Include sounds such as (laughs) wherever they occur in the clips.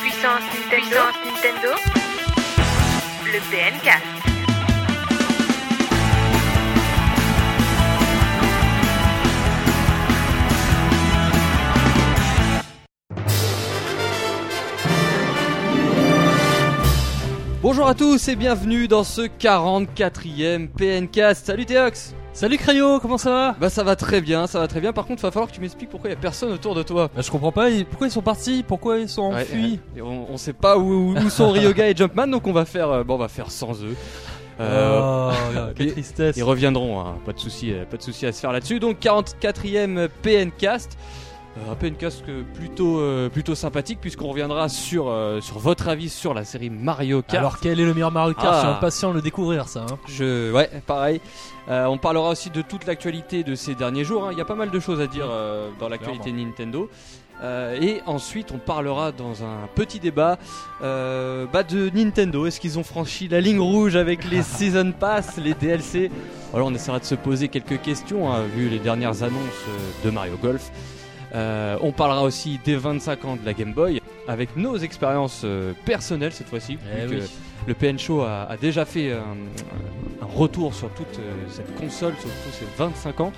Puissance Nintendo. Nintendo. Le PNK. Bonjour à tous et bienvenue dans ce 44e PNcast. Salut Théox Salut Crayo, comment ça va Bah ça va très bien, ça va très bien. Par contre, va falloir que tu m'expliques pourquoi il y a personne autour de toi. bah, Je comprends pas, ils- pourquoi ils sont partis Pourquoi ils sont Ouais, enfuis Et on, on sait pas où, où (laughs) sont Ryoga et Jumpman, donc on va faire, euh, bon, on va faire sans eux. Euh, (laughs) Oh, quelle et- tristesse Ils reviendront, hein. pas de souci, euh, pas de souci à se faire là-dessus. Donc 44e PNcast, Euh, un PNcast que plutôt euh, plutôt sympathique puisqu'on reviendra sur euh, sur votre avis sur la série Mario Kart. Alors quel est le meilleur Mario Kart Ah. Je suis impatient de le découvrir ça. hein. Je, ouais, pareil. Euh, on parlera aussi de toute l'actualité de ces derniers jours. hein. Il y a pas mal de choses à dire euh, dans l'actualité Nintendo. Euh, et ensuite, on parlera dans un petit débat euh, bah, de Nintendo. Est-ce qu'ils ont franchi la ligne rouge avec (laughs) les Season Pass, les DLC Alors, on essaiera de se poser quelques questions, hein, vu les dernières annonces euh, de Mario Golf. Euh, on parlera aussi des 25 ans de la Game Boy, avec nos expériences euh, personnelles cette fois-ci. Eh vu oui. que le PN Show a, a déjà fait un, un retour sur toute euh, cette console, sur tous ses 25 ans.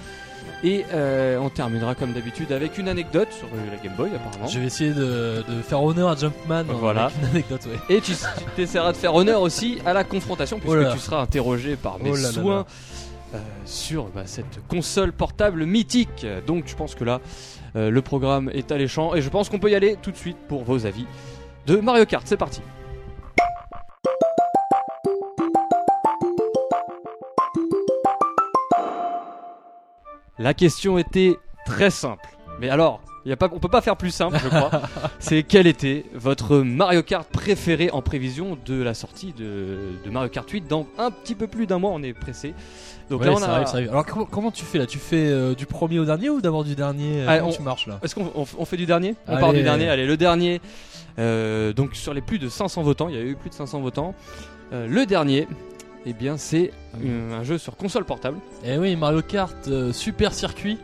Et euh, on terminera comme d'habitude avec une anecdote sur euh, la Game Boy apparemment. Je vais essayer de, de faire honneur à Jumpman en- Voilà. avec une anecdote, ouais. Et tu tu t'essaieras de faire honneur aussi à la confrontation puisque Oh là. tu seras interrogé par mes Oh là là soins là. euh, sur bah, cette console portable mythique. Donc je pense que là, euh, le programme est alléchant et je pense qu'on peut y aller tout de suite pour vos avis de Mario Kart. C'est parti. La question était très simple. Mais alors, y a pas, on peut pas faire plus simple, je crois. C'est quel était votre Mario Kart préféré en prévision de la sortie de, de Mario Kart 8 dans un petit peu plus d'un mois On est pressé. Donc Ouais, là, on ça a. arrive, ça arrive. Alors comment, comment tu fais là Tu fais euh, du premier au dernier ou d'abord du dernier euh, Ah, Comment on- tu marches là Est-ce qu'on on- on fait du dernier On Allez. part du dernier. Allez, le dernier. Euh, donc sur les plus de 500 votants, il y a eu plus de 500 votants. Euh, le dernier, eh bien, c'est euh, un jeu sur console portable. Eh oui, Mario Kart euh, Super Circuit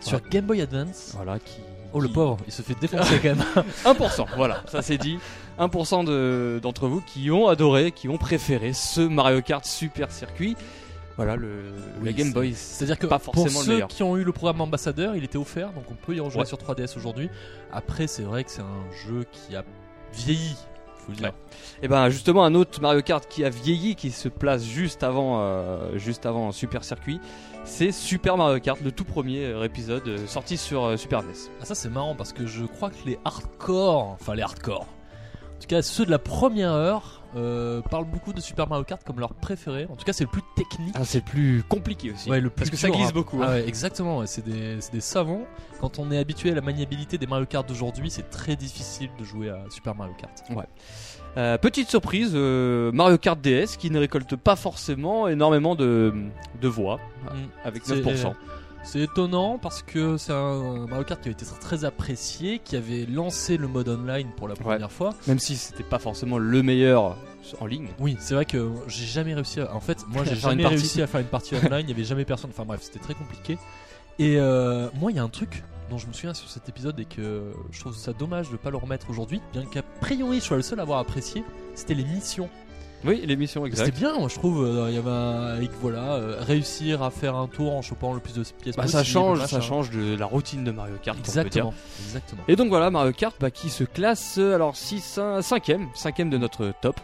sur Game Boy Advance. Voilà, qui. Oh le qui- pauvre, il se fait (laughs) défoncer quand même. 1%, voilà, ça c'est dit. 1% de- d'entre vous qui ont adoré, qui ont préféré ce Mario Kart Super Circuit. Voilà, le, Oui, la Game c'est- Boy. C'est-à-dire que Pas pour forcément le ceux meilleur. qui ont eu le programme ambassadeur, il était offert, donc on peut y rejouer Ouais. sur 3DS aujourd'hui. Après, c'est vrai que c'est un jeu qui a vieilli, faut le dire. Ouais. Et ben justement, un autre Mario Kart qui a vieilli, qui se place juste avant, euh, juste avant Super Circuit, c'est Super Mario Kart, le tout premier euh, épisode euh, sorti sur euh, Super NES. Ah, ça c'est marrant parce que je crois que les hardcore, enfin les hardcore, en tout cas ceux de la première heure, euh, parlent beaucoup de Super Mario Kart comme leur préféré. En tout cas, c'est le plus technique. Ah, c'est plus compliqué aussi. Ouais, le plus parce que ça dur, glisse hein. beaucoup. Ah hein. ouais, exactement, ouais, c'est des, c'est des savons. Quand on est habitué à la maniabilité des Mario Kart d'aujourd'hui, c'est très difficile de jouer à Super Mario Kart. Euh, petite surprise, euh, Mario Kart DS qui ne récolte pas forcément énormément de, de voix, Mm. avec C'est- 9%. C'est étonnant parce que c'est un Mario Kart qui avait été très- très apprécié, qui avait lancé le mode online pour la première fois. Même si c'était pas forcément le meilleur en ligne. Oui, c'est vrai que j'ai jamais réussi à. En fait, (laughs) moi j'ai À faire une jamais partie. réussi à faire une partie online, il n'y avait jamais personne. Enfin bref, c'était très compliqué. Et euh, moi, il y a un truc dont je me souviens sur cet épisode et que je trouve ça dommage de ne pas le remettre aujourd'hui, bien qu'a priori je sois le seul à avoir apprécié, c'était les missions. Oui, l'émission C'était exacte. bien, moi je trouve. euh, Il y avait un- avec, voilà, euh, réussir à faire un tour en chopant le plus de pièces Bah, ça possible, change, machin. ça change de la routine de Mario Kart, on peut dire. Exactement, exactement. Et donc voilà, Mario Kart bah, qui se classe euh, alors 5 cinquième, cinquième de notre top.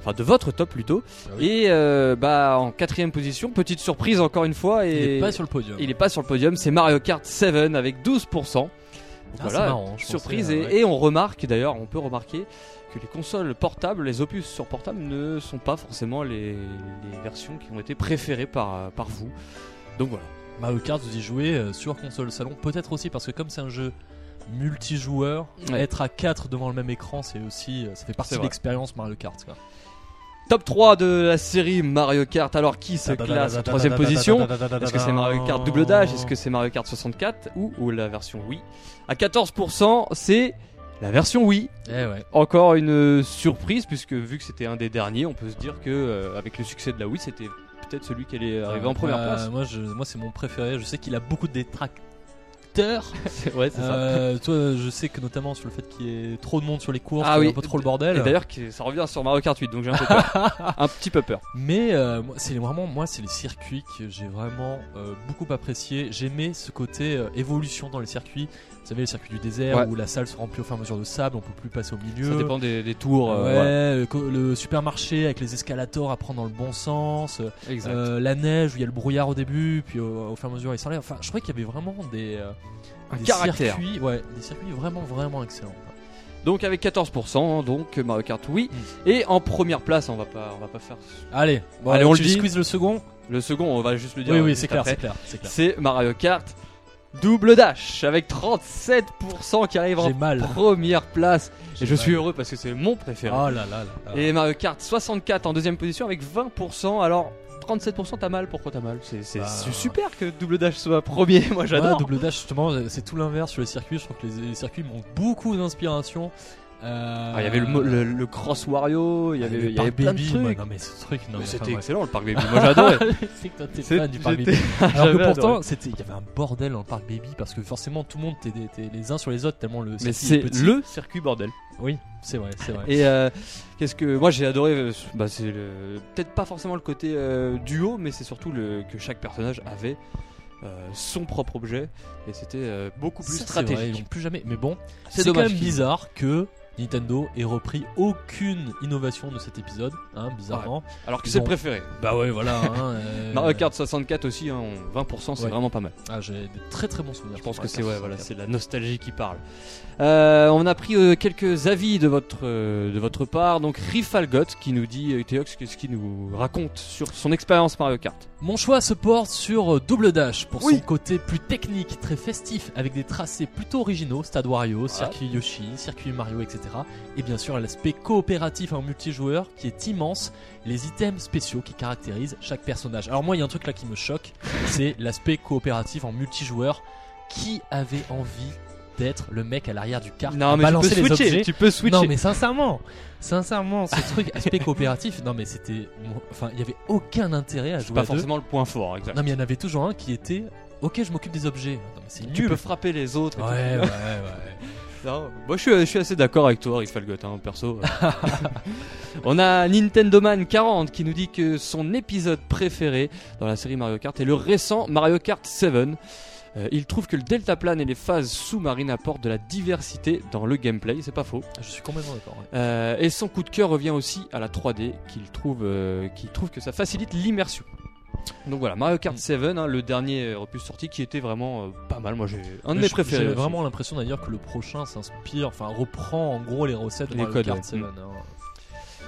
Enfin, de votre top plutôt. Ah oui. Et euh, bah, en quatrième position, petite surprise encore une fois. Il Et est pas sur le podium. il est pas sur le podium, Ah, c'est Mario Kart 7 avec 12%. Donc Ah, voilà, c'est marrant, je surprise. pensais, et, euh, ouais. et on remarque d'ailleurs, on peut remarquer que les consoles portables, les opus sur portable ne sont pas forcément les, les versions qui ont été préférées par, euh, par vous. Donc voilà. Mario Kart, vous y jouez euh, sur console salon, peut-être aussi parce que comme c'est un jeu multijoueur, Ouais. être à 4 devant le même écran, c'est aussi, euh, ça fait C'est partie de vrai. l'expérience Mario Kart. quoi. Top 3 de la série Mario Kart. Alors qui se classe en troisième position Est-ce que c'est Mario Kart double dash Est-ce que c'est Mario Kart 64 ou, ou la version Wii À 14%, c'est la version Wii. Eh ouais. Encore une euh, surprise puisque vu que c'était un des derniers, on peut se dire que euh, avec le succès de la Wii, c'était peut-être celui qui allait arriver en première Euh, place. Moi, je- moi c'est mon préféré. Je sais qu'il a beaucoup de détrac- Twitter. ouais, (laughs) c'est ça. Euh, toi, je sais que notamment sur le fait qu'il y ait trop de monde sur les courses, Ah qu'il y oui. a un peu trop le bordel. Et d'ailleurs, qui- ça revient sur Mario Kart 8, donc j'ai un peu (laughs) peur. un petit peu peur. Mais euh, moi, c'est vraiment moi, c'est les circuits que j'ai vraiment euh, beaucoup apprécié. J'aimais ce côté euh, évolution dans les circuits. Vous savez, les circuits du désert Ouais. où la salle se remplit au fur et à mesure de sable, on peut plus passer au milieu. Ça dépend des, des tours. euh, Euh, Ouais, voilà. le co- le supermarché avec les escalators à prendre dans le bon sens, euh, Exact. la neige où il y a le brouillard au début, puis au, au fur et à mesure il s'enlève. Enfin, je trouvais qu'il y avait vraiment des, euh, Un des caractère. circuits, ouais, des circuits vraiment vraiment excellents. Donc avec 14%, hein, donc Mario Kart oui. Mm. Et en première place, on va pas, on va pas faire. Allez, bon, Allez, on tu le dit. squeeze le second. Le second, on va juste le dire. Oui, euh, oui, juste c'est clair, après. c'est clair, c'est clair. C'est Mario Kart Double Dash avec 37% qui arrive en J'ai mal. première place. J'ai Et je mal. suis heureux parce que c'est mon préféré. Ah là là là. là. Et Mario Kart 64 en deuxième position avec 20%. Alors 37% t'as mal, pourquoi t'as mal C'est c'est Bah, super que Double Dash soit premier, (laughs) moi Voilà, j'adore. double dash, justement, euh, c'est tout l'inverse sur les circuits. Je trouve que les, les circuits manquent beaucoup d'inspiration. Euh, Ah, Il y avait le, mo- le- le Cross Wario, il y ah, avait, le il y avait Park plein Baby, de moi, trucs. non mais ce truc, non Mais mais C'était enfin, bref. excellent le Park Baby, (laughs) moi j'adorais. c'est que toi t'es C'est- fan du Park j'étais- (laughs) Baby. Alors que j'avais pourtant, adoré. c'était, il y avait un bordel dans le Park Baby parce que forcément tout le monde était, était les uns sur les autres tellement le. Mais circuit c'est est petit. le circuit bordel. Oui, c'est vrai, c'est vrai. Et euh, qu'est-ce que moi j'ai adoré, euh, bah, c'est le- peut-être pas forcément le côté euh, duo, mais c'est surtout le, que chaque personnage avait euh, son propre objet et c'était euh, beaucoup plus Ça, c'est vrai, ils stratégique. l'ont plus jamais. Mais bon, C'est c'est quand dommage même qu'ils- bizarre que. Nintendo ait repris aucune innovation de cet épisode, hein, bizarrement. Alors que Ils c'est ont- le préféré. Bah ouais, voilà. hein, (laughs) euh, Mario Kart 64 aussi, hein, on- 20% c'est Ouais. vraiment pas mal. Ah, j'ai des très très bons souvenirs. Je pense sur que Mario c'est Kart ouais, voilà, 64. c'est la nostalgie qui parle. Euh, on a pris euh, quelques avis de votre euh, de votre part. Donc Rifalgot qui nous dit euh, Théox, qu'est-ce qu'il nous raconte sur son expérience Mario Kart. Mon choix se porte sur euh, Double Dash pour Oui. son côté plus technique, très festif, avec des tracés plutôt originaux, Stade Wario, Circuit Yoshi, Circuit Mario, etc. Et bien sûr l'aspect coopératif en multijoueur qui est immense, les items spéciaux qui caractérisent chaque personnage. Alors moi il y a un truc là qui me choque, (laughs) c'est l'aspect coopératif en multijoueur. Qui avait envie d'être le mec à l'arrière du kart à tu peux balancer les objets switcher, tu peux switcher. Non mais sincèrement, (laughs) sincèrement, ce truc aspect coopératif, non mais c'était, enfin il y avait aucun intérêt à C'est jouer pas à deux. forcément le point fort, exact. Non mais il y en avait toujours un qui était, ok je m'occupe des objets. Non mais c'est tu nul. peux frapper les autres. et Ouais ouais ouais. tout. Non, Moi, je suis, je suis assez d'accord avec toi, Rifalgot, hein, perso. (laughs) On a Nintendo Man 40 qui nous dit que son épisode préféré dans la série Mario Kart est le récent Mario Kart 7. Euh, il trouve que le deltaplane et les phases sous-marines apportent de la diversité dans le gameplay, c'est pas faux. Je suis complètement d'accord. ouais. Euh, et son coup de cœur revient aussi à la 3D qu'il trouve, euh, qu'il trouve que ça facilite l'immersion. Donc voilà, Mario Kart Mm. 7, hein, le dernier opus sorti qui était vraiment euh, pas mal. Moi, j'ai un de Mais mes je- préférés. J'avais aussi. vraiment l'impression d'ailleurs que le prochain s'inspire, enfin reprend en gros les recettes de Les Mario codes, Kart ouais. 7, Mm. hein.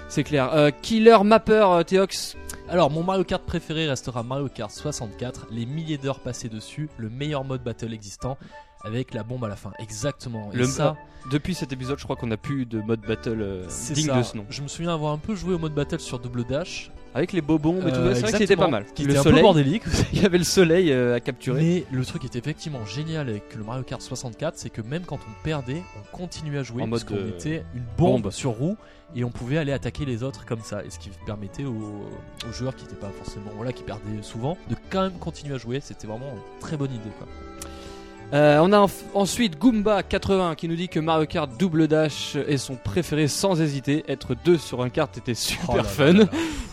C'est clair. Euh, Killer Mapper, euh, Théox. Alors, mon Mario Kart préféré restera Mario Kart 64, les milliers d'heures passées dessus, le meilleur mode battle existant, avec la bombe à la fin. Exactement. Et Le- ça, Depuis cet épisode, je crois qu'on a plus de mode battle euh, c'est digne ça. de ce nom. Je me souviens avoir un peu joué au mode battle sur Double Dash. Avec les bobons et tout. C'est vrai Euh, que c'était exactement, pas mal. Qui le était un peu soleil. (laughs) bordélique. il y avait le soleil euh, à capturer. Mais le truc était effectivement génial avec le Mario Kart 64, c'est que même quand on perdait, on continuait à jouer En parce mode, qu'on euh, était une bombe, bombe. sur roue et on pouvait aller attaquer les autres comme ça. Et ce qui permettait aux, aux joueurs qui n'étaient pas forcément voilà, qui perdaient souvent, de quand même continuer à jouer. C'était vraiment une très bonne idée. Quoi. Euh, on a enf- ensuite Goomba80 qui nous dit que Mario Kart Double Dash est son préféré sans hésiter. Être deux sur un kart était super Oh là là fun. là là.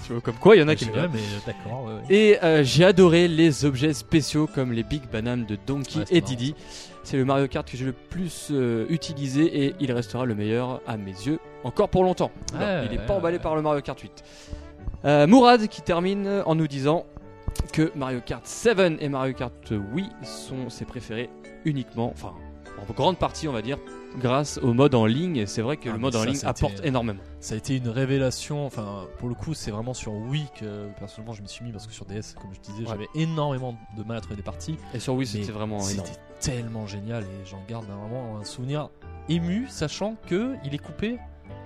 Tu vois, comme quoi, (laughs) il y en a qui Je aiment sais bien. pas, mais d'accord. ouais, ouais. Et euh, j'ai adoré les objets spéciaux comme les Big Bananes de Donkey Ouais, c'est et marrant, Didi. C'est le Mario Kart que j'ai le plus euh, utilisé et il restera le meilleur à mes yeux encore pour longtemps. Oula, Ouais, il n'est ouais, pas emballé ouais. par le Mario Kart 8. Euh, Mourad qui termine en nous disant que Mario Kart 7 et Mario Kart Wii sont ses préférés uniquement, enfin en grande partie on va dire, grâce au mode en ligne. Et C'est vrai que Ah, le mais mode en ça, ligne c'était- apporte énormément. Ça a été une révélation. Enfin, pour le coup, c'est vraiment sur Wii que personnellement je m'y suis mis parce que sur DS, comme je disais, Ouais. j'avais énormément de mal à trouver des parties. Et sur Wii Mais c'était vraiment énorme. C'était tellement génial et j'en garde un- vraiment un souvenir ému, sachant que il est coupé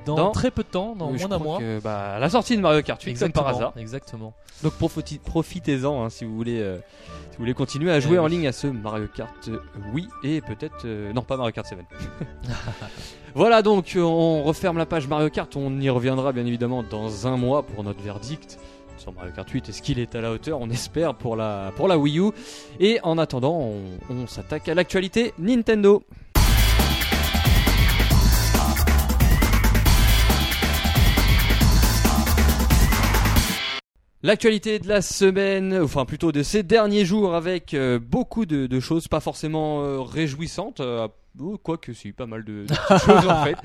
dans, Dans- très peu de temps, dans Je moins d'un crois mois. que, bah, à la sortie de Mario Kart 8 comme par hasard. Exactement. Donc profiti- profitez-en hein, si vous voulez euh, si vous voulez continuer à jouer Eh en oui. ligne à ce Mario Kart euh, oui et peut-être euh, non pas Mario Kart 7. (laughs) voilà donc euh, on referme la page Mario Kart, on y reviendra bien évidemment dans un mois pour notre verdict sur Mario Kart 8. Est-ce qu'il est à la hauteur On espère pour la, pour la Wii U. Et en attendant, on, on s'attaque à l'actualité Nintendo. L'actualité de la semaine, enfin plutôt de ces derniers jours, avec euh, beaucoup de, de choses pas forcément euh, réjouissantes, euh, oh, quoique si, pas mal de, de petites choses en (laughs) fait.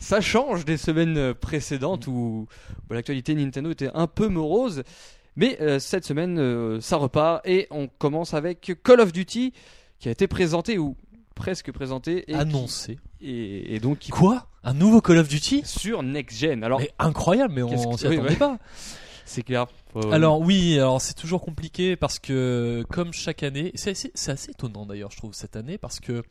Ça change des semaines euh, précédentes où, où l'actualité Nintendo était un peu morose, mais euh, cette semaine euh, ça repart et on commence avec Call of Duty qui a été présenté ou presque présenté et, Annoncé. et, et donc qui Quoi Un nouveau Call of Duty sur Next Gen. Alors Mais incroyable, mais qu'est-ce on que- s'y oui, attendait ouais. pas. c'est clair. Faut- Alors oui, alors c'est toujours compliqué parce que comme chaque année, c'est assez, c'est assez étonnant d'ailleurs, je trouve cette année parce que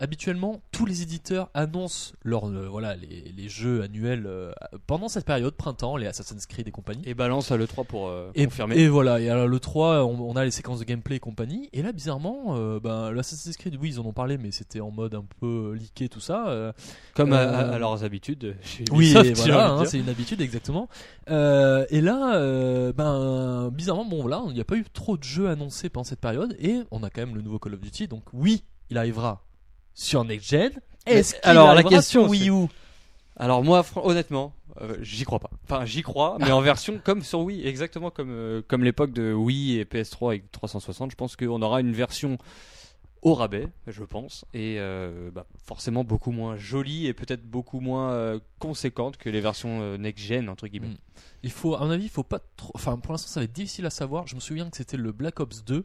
habituellement tous les éditeurs annoncent leur euh, voilà les, les jeux annuels euh, pendant cette période printemps, les Assassin's Creed et compagnie. et balance à le 3 pour euh, Et, confirmer. et voilà, et alors le 3, on, on a les séquences de gameplay et compagnie. Et là, bizarrement, euh, ben, l'Assassin's Creed, oui, ils en ont parlé, mais c'était en mode un peu leaké, tout ça. euh, Comme à- euh, à, à leurs habitudes. chez oui, Ubisoft, et j'ai voilà, envie de hein, dire. c'est une habitude exactement. Euh, et là, euh, ben bizarrement, bon là, il n'y a pas eu trop de jeux annoncés pendant cette période, et on a quand même le nouveau Call of Duty, donc oui, il arrivera sur next gen. Est-ce Mais qu'il alors, la arrivera question, sur Wii U Alors moi, fran- honnêtement, euh, j'y crois pas. Enfin, j'y crois, mais en version comme sur Wii, exactement comme euh, comme l'époque de Wii et PS3 et 360. Je pense qu'on aura une version au rabais, je pense, et euh, bah, forcément beaucoup moins jolie et peut-être beaucoup moins euh, conséquente que les versions euh, next gen entre guillemets. Mm. Il faut, à mon avis, il faut pas trop. Enfin, pour l'instant, ça va être difficile à savoir. Je me souviens que c'était le Black Ops 2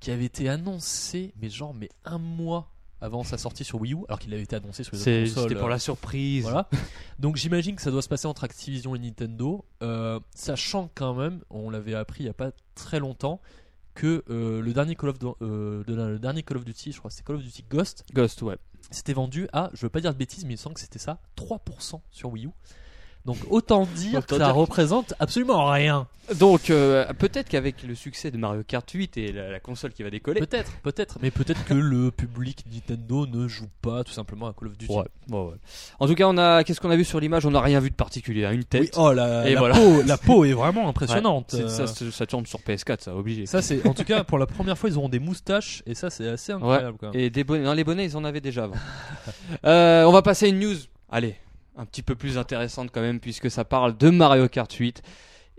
qui avait été annoncé, mais genre, mais un mois avant sa sortie sur Wii U, alors qu'il avait été annoncé sur les C'est- autres consoles. C'était pour euh, la surprise. Voilà. Donc j'imagine que ça doit se passer entre Activision et Nintendo, euh, sachant quand même, on l'avait appris il y a pas très longtemps, que euh, le dernier Call of, Du- euh, de la- le dernier Call of Duty, je crois, que c'est Call of Duty Ghost, Ghost, ouais. c'était vendu à, je veux pas dire de bêtises, mais il me semble que c'était ça, 3% sur Wii U. Donc (laughs) autant dire Autant que ça dire que- représente absolument rien. Donc euh, peut-être qu'avec le succès de Mario Kart 8 et la, la console qui va décoller. Peut-être, peut-être, mais peut-être que le public Nintendo ne joue pas tout simplement à Call of Duty. Ouais, ouais, ouais. En tout cas, on a qu'est-ce qu'on a vu sur l'image On n'a rien vu de particulier. hein. Une tête. Oui, oh la, Et la voilà. peau, la peau est vraiment impressionnante. C'est- Ça, Euh, ça, ça tourne sur PS4, ça, obligé. Ça c'est en tout cas pour la première fois ils auront des moustaches et ça c'est assez incroyable quand même. Et des bonnets. Non, les bonnets, ils en avaient déjà avant. (laughs) Euh, on va passer à une news. Allez, un petit peu plus intéressante quand même, puisque ça parle de Mario Kart 8.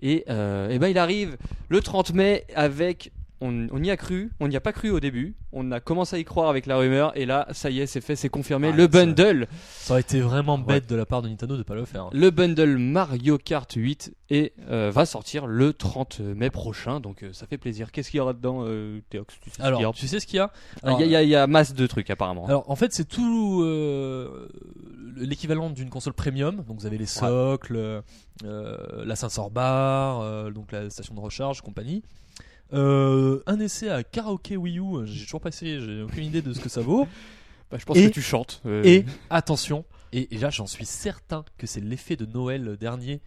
Et, euh, eh ben, il arrive le 30 mai avec. On, on y a cru, on n'y a pas cru au début. On a commencé à y croire avec la rumeur, et là, ça y est, c'est fait, c'est confirmé. Ouais, le ça- bundle, Ça aurait été vraiment bête de la part de Nintendo de pas le faire. le bundle Mario Kart 8 et euh, va sortir le 30 mai prochain. Donc, euh, ça fait plaisir. Qu'est-ce qu'il y aura dedans, euh, Théox Tu sais ce qu'il y aura Alors tu sais ce qu'il y a Il Alors, y, a- il y a- il y a masse de trucs apparemment. Alors en fait c'est tout euh, l'équivalent d'une console premium. Donc vous avez les socles, euh, la sensor bar, euh, donc la station de recharge, compagnie. Euh, un essai à karaoké Wii U, j'ai toujours passé, j'ai aucune idée de ce que ça vaut. Bah, je pense Et- que tu chantes. euh, Et attention, et, et là j'en suis certain que c'est l'effet de Noël dernier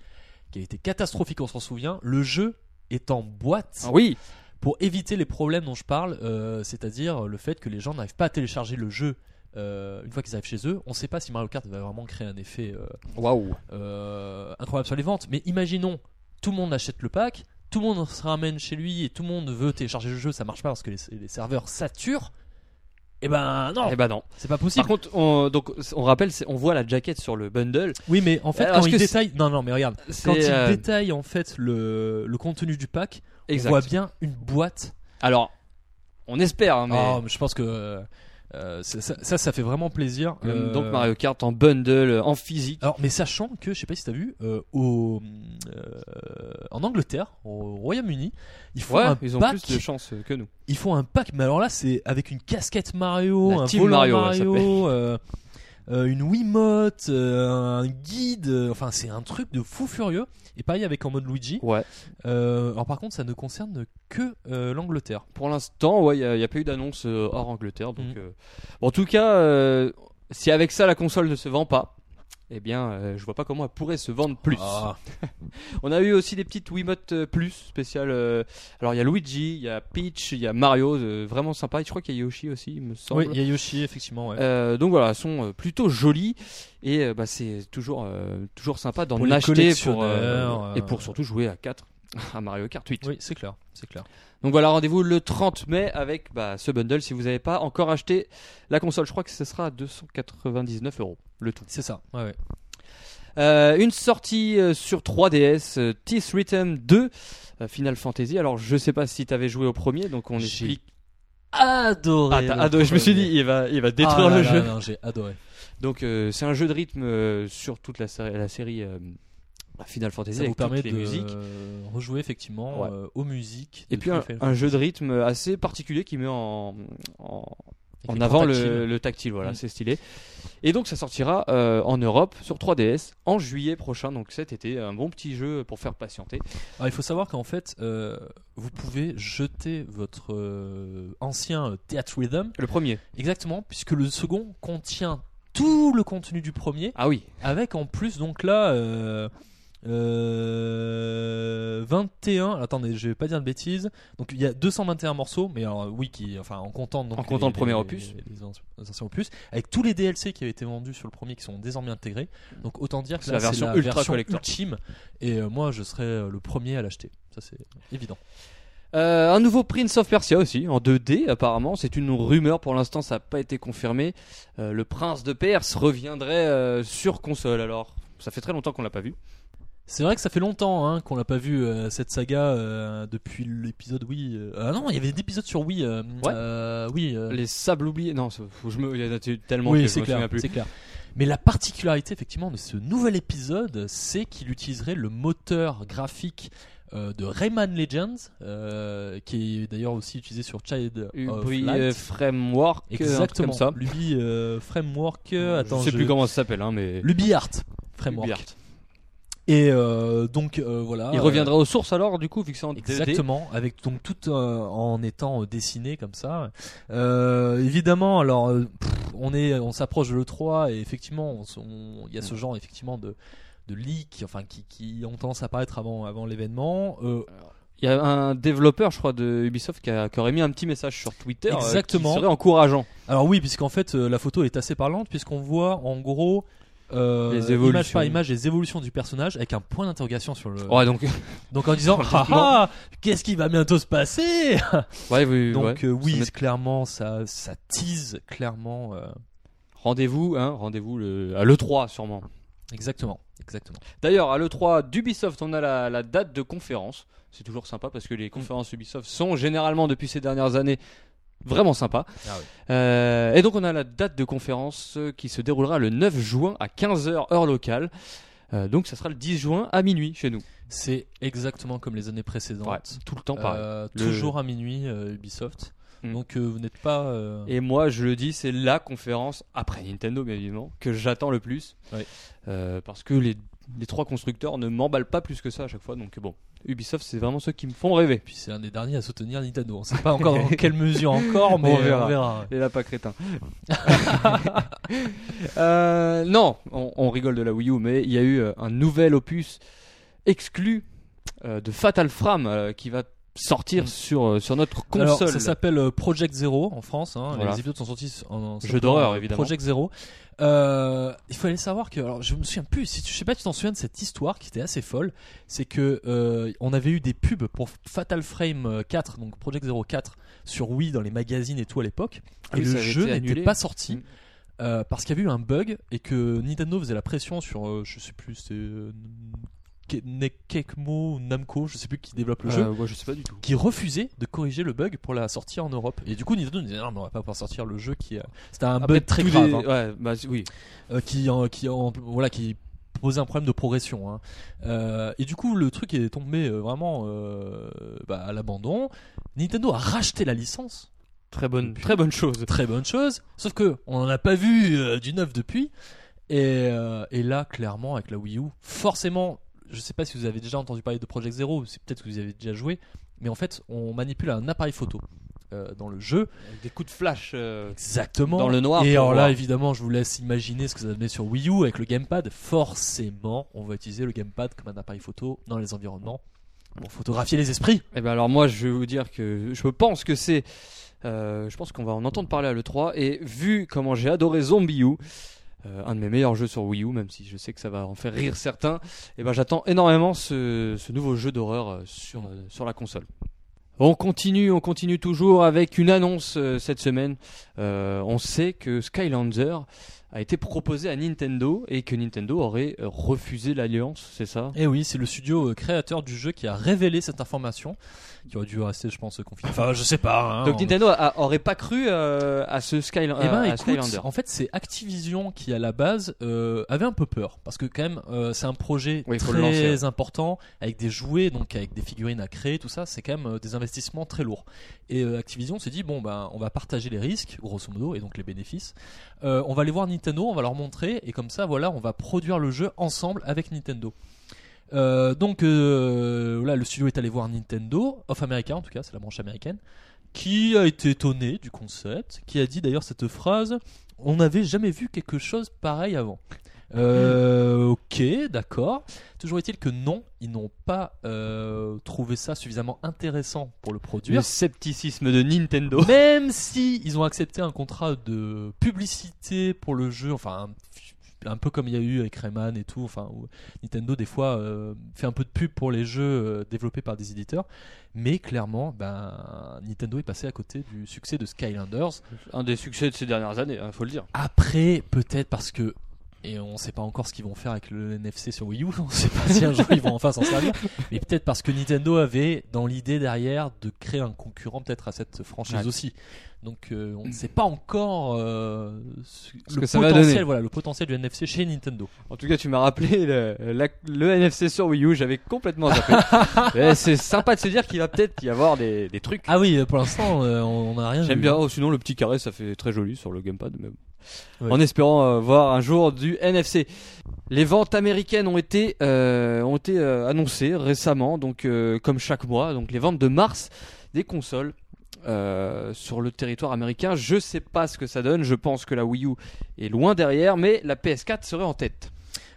qui a été catastrophique, on s'en souvient. Le jeu est en boîte Ah oui, pour éviter les problèmes dont je parle, euh, c'est-à-dire le fait que les gens n'arrivent pas à télécharger le jeu. euh, une fois qu'ils arrivent chez eux, on ne sait pas si Mario Kart va vraiment créer un effet euh, waouh. euh, incroyable sur les ventes. Mais imaginons, tout le monde achète le pack, tout le monde se ramène chez lui et tout le monde veut télécharger le jeu, ça marche pas parce que les, les serveurs saturent. Et ben non, Eh ben non. c'est pas Par possible. contre, on, donc on rappelle, c'est- on voit la jaquette sur le bundle. Oui, mais en fait, Alors, quand est-ce il que détaille, non, non, mais regarde, C'est, quand il euh, détaille en fait le, le contenu du pack, exact. on voit bien une boîte. Alors, on espère. hein, mais... Oh, mais je pense que euh, euh, ça, ça- ça, ça fait vraiment plaisir. Euh, Euh, Donc Mario Kart en bundle, euh, en physique. Alors, mais sachant que, je sais pas si t'as vu, euh, au, euh, en Angleterre, au Royaume-Uni, ils font Ouais, un ils ont pack. plus de chance euh, que nous. Ils font un pack, mais alors là, c'est avec une casquette Mario, La un Team volant Mario, Mario, elle (laughs) euh, euh, une Wiimote, euh, un guide. euh, enfin, c'est un truc de fou furieux. Et pareil avec en mode Luigi. Ouais. Euh, alors par contre, ça ne concerne que euh, l'Angleterre. Pour l'instant, ouais, il n'y a, il y a pas eu d'annonce euh, hors Angleterre. Donc, Mm. euh, bon, en tout cas, euh, si avec ça la console ne se vend pas, eh bien, euh, je vois pas comment elle pourrait se vendre plus. Ah. On a eu aussi des petites Wiimote euh, Plus spéciales. euh, alors il y a Luigi, il y a Peach, il y a Mario, euh, vraiment sympa. Et je crois qu'il y a Yoshi aussi, il me semble. Oui, il y a Yoshi, effectivement. ouais. Euh, donc voilà, elles sont euh, plutôt jolies et euh, bah, c'est toujours, euh, toujours sympa d'en Pour les acheter pour, euh, collectionneurs, euh. et pour surtout jouer à 4. (laughs) à Mario Kart 8. Oui, c'est clair, c'est clair. Donc voilà, rendez-vous le 30 mai avec bah, ce bundle si vous n'avez pas encore acheté la console. Je crois que ce sera à 299 euros le tout. C'est ça. Ouais, ouais. Euh, une sortie euh, sur 3DS, euh, Teeth Rhythm 2, euh, Final Fantasy. Alors je sais pas si t'avais joué au premier, donc on J'ai explique. Adoré. Ah, t'as le adoré, je me suis dit, premier. il va, il va Ah détruire là le là, jeu. non, J'ai adoré. Donc euh, c'est un jeu de rythme euh, sur toute la, série- la série euh, Final Fantasy Ça vous avec permet toutes de les musiques. euh, rejouer effectivement Ouais. euh, aux musiques. Et de E. puis tous un, les faits. un jeu de rythme assez particulier qui met en, en, Avec en l'écran avant le, tactile. le tactile, voilà, Mm. c'est stylé. Et donc ça sortira euh, en Europe sur 3DS en juillet prochain, donc cet été, un bon petit jeu pour faire patienter. Alors, il faut savoir qu'en fait, euh, vous pouvez jeter votre euh, ancien euh, Theatre Rhythm Le premier. exactement, puisque le second contient tout le contenu du premier, Ah oui, avec en plus donc là euh, euh, 21. Attendez, je vais pas dire de bêtises. Donc il y a 221 morceaux, mais alors, oui, qui, enfin en comptant donc En comptant le premier opus. les, ans- les anciens opus, avec tous les DLC qui avaient été vendus sur le premier qui sont désormais intégrés. Donc autant dire que C'est là, la version la ultra version collector. ultime. Et euh, moi, je serais euh, le premier à l'acheter. Ça c'est évident. Euh, un nouveau Prince of Persia aussi, en 2D apparemment. C'est une rumeur pour l'instant, ça n'a pas été confirmé. Euh, le Prince de Perse reviendrait euh, sur console alors. Ça fait très longtemps qu'on l'a pas vu. C'est vrai que ça fait longtemps hein, qu'on l'a pas vu euh, cette saga euh, depuis l'épisode Wii. euh, Ah non, il y avait des épisodes sur Wii. euh, Ouais. euh, oui. euh, Les sables oubliés. Non, ça- faut- je me... il y en a t- tellement que Oui, je c'est me souviens clair, plus. c'est clair. Mais la particularité effectivement de ce nouvel épisode, c'est qu'il utiliserait le moteur graphique euh, de Rayman Legends, euh, qui est d'ailleurs aussi utilisé sur Child of Ubri Light. euh, Framework, euh, un truc Exactement. comme ça. Luby euh, Framework. euh, Je attends, sais plus comment ça s'appelle, hein, mais. Luby Art Framework. Ubiart. Et euh, donc euh, voilà. Il euh, reviendra aux sources alors, du coup, vu que c'est en 2D. Exactement, avec donc tout euh, en étant euh, dessiné comme ça. Euh, évidemment, alors euh, pff, on est, on s'approche de le 3 et effectivement, on s- on- il y a Mm. ce genre effectivement de de leak, enfin qui, qui ont tendance à apparaître avant avant l'événement. Euh, Il y a un développeur, je crois, de Ubisoft qui, a- qui aurait mis un petit message sur Twitter euh, Exactement. qui serait encourageant. alors oui, puisqu'en fait euh, la photo est assez parlante puisqu'on voit en gros euh, Les image évolutions. Oh. par image les évolutions du personnage avec un point d'interrogation sur le. Euh, Ouais, donc. (laughs) Donc en disant, Ah, ah, qu'est-ce qui va bientôt se passer ouais, oui, Donc ouais. euh, Ça oui, met- clairement ça ça tease clairement. euh, Rendez-vous, hein, rendez-vous le, à l'E3 sûrement. Exactement, exactement. D'ailleurs, à l'E3 d'Ubisoft, on a la, la date de conférence. C'est toujours sympa parce que les conférences Ubisoft sont généralement, depuis ces dernières années, vraiment sympas. Ah oui. Euh, et donc, on a la date de conférence euh, qui se déroulera le 9 juin à 15h, heure locale. Euh, donc, ça sera le 10 juin à minuit chez nous. C'est exactement comme les années précédentes. Ouais, tout le temps pareil. Euh, Le- Toujours à minuit, euh, Ubisoft. Mm. Donc euh, vous n'êtes pas. euh, Et moi, je le dis, c'est la conférence, après Nintendo bien évidemment, que j'attends le plus. Ouais. Euh, parce que les, les trois constructeurs ne m'emballent pas plus que ça à chaque fois. Donc bon, Ubisoft, c'est vraiment ceux qui me font rêver. Puis c'est un des derniers à soutenir Nintendo. On sait pas (laughs) encore dans quelle mesure encore, mais euh, On verra. on verra. Et là, pas crétin. (laughs) Euh, non, on, on rigole de la Wii U, mais il y a eu euh, un nouvel opus exclu euh, de Fatal Frame euh, qui va sortir sur, euh, sur notre console. Mm. Alors, ça s'appelle euh, Project Zero en France. hein. Voilà. Les épisodes sont sortis en, en- Jeu s'appelant, d'horreur, euh, évidemment. Project Zero. Euh, il fallait savoir que, alors je me souviens plus. Si tu, je sais pas, tu t'en souviens de cette histoire qui était assez folle. C'est que euh, on avait eu des pubs pour Fatal Frame euh, 4, donc Project Zero 4 sur Wii dans les magazines et tout à l'époque. Ah et oui, le ça avait jeu été n'était annulé. pas sorti Mm. euh, parce qu'il y avait eu un bug et que Nintendo faisait la pression sur, euh, je sais plus, c'était euh, Ke- Ne- Kekmo ou Namco, je sais plus qui développe le jeu Euh, ouais, je sais pas du tout. qui refusait de corriger le bug pour la sortir en Europe. Et du coup, Nintendo nous disait non, mais on va pas pouvoir sortir le jeu qui euh, c'était un Après, bug très tous grave, les- hein, ouais, bah, c'est- oui. euh, qui en- qui en- voilà qui posait un problème de progression. hein. Euh, et du coup, le truc est tombé euh, vraiment euh, bah, à l'abandon. Nintendo a racheté la licence, Très bonne, très bonne chose. très bonne chose. Sauf que on n'en a pas vu euh, du neuf depuis. Et, euh, et là, clairement, avec la Wii U, forcément, je sais pas si vous avez déjà entendu parler de Project Zero, c'est peut-être que vous y avez déjà joué, mais en fait, on manipule un appareil photo euh, dans le jeu. Des coups de flash. euh, Exactement. Dans le noir, Et pour alors là, voir. évidemment, je vous laisse imaginer ce que ça donnait sur Wii U avec le gamepad. Forcément, on va utiliser le gamepad comme un appareil photo dans les environnements pour photographier les esprits. Eh ben alors moi je vais vous dire que je pense que c'est euh, je pense qu'on va en entendre parler à l'E3 et vu comment j'ai adoré Zombie U euh, un de mes meilleurs jeux sur Wii U, même si je sais que ça va en faire rire certains. Et ben j'attends énormément ce, ce nouveau jeu d'horreur euh, sur, euh, sur la console. On continue, on continue toujours avec une annonce euh, cette semaine. Euh, on sait que Skylander a été proposé à Nintendo et que Nintendo aurait euh, refusé l'alliance, c'est ça Et Eh oui, c'est le studio euh, créateur du jeu qui a révélé cette information, qui aurait dû rester, je pense, confidentiel. Enfin, je sais pas. hein, Donc on- Nintendo a- a- aurait pas cru euh, à ce Skyla- Eh ben, à écoute, Skylander. en fait, c'est Activision qui, à la base, euh, avait un peu peur. Parce que, quand même, euh, c'est un projet Oui, faut très le lancer, ouais. important, avec des jouets, donc avec des figurines à créer, tout ça. C'est quand même euh, des investissements très lourds. Et euh, Activision s'est dit, bon, ben, on va partager les risques, grosso modo, et donc les bénéfices. Euh, on va aller voir Nintendo, on va leur montrer, et comme ça, voilà, on va produire le jeu ensemble avec Nintendo. Euh, donc euh, là, le studio est allé voir Nintendo, off américain en tout cas, c'est la branche américaine, qui a été étonné du concept, qui a dit d'ailleurs cette phrase On n'avait jamais vu quelque chose pareil avant. Euh, ok, d'accord. Toujours est-il que non, ils n'ont pas euh, trouvé ça suffisamment intéressant pour le Le produire. scepticisme de Nintendo. (laughs) Même si ils ont accepté un contrat de publicité pour le jeu, enfin un, un peu comme il y a eu avec Rayman et tout, enfin où Nintendo des fois euh, fait un peu de pub pour les jeux euh, développés par des éditeurs, mais clairement, ben Nintendo est passé à côté du succès de Skylanders. (laughs) Un des succès de ces dernières années, hein, faut le dire. Après, peut-être parce que et on sait pas encore ce qu'ils vont faire avec le NFC sur Wii U, (laughs) on sait pas si un jour ils vont enfin s'en (laughs) servir, mais peut-être parce que Nintendo avait dans l'idée derrière de créer un concurrent peut-être à cette franchise Ouais. aussi. Donc euh, on ne sait pas encore euh, ce- Ce le que ça va potentiel donner. voilà, le potentiel du NFC chez Nintendo. En tout cas, tu m'as rappelé le, la- le NFC sur Wii U, j'avais complètement (laughs) zappé. Eh, c'est sympa de se dire qu'il va peut-être y avoir des, des trucs. Ah oui, pour l'instant euh, on n'a rien J'aime vu. bien. Oh, sinon, le petit carré, ça fait très joli sur le gamepad. Mais... Ouais. En espérant euh, voir un jour du NFC. Les ventes américaines ont été, euh, ont été euh, annoncées récemment, donc euh, comme chaque mois. Donc les ventes de mars des consoles euh, sur le territoire américain. Je sais pas ce que ça donne. Je pense que la Wii U est loin derrière, mais la PS4 serait en tête.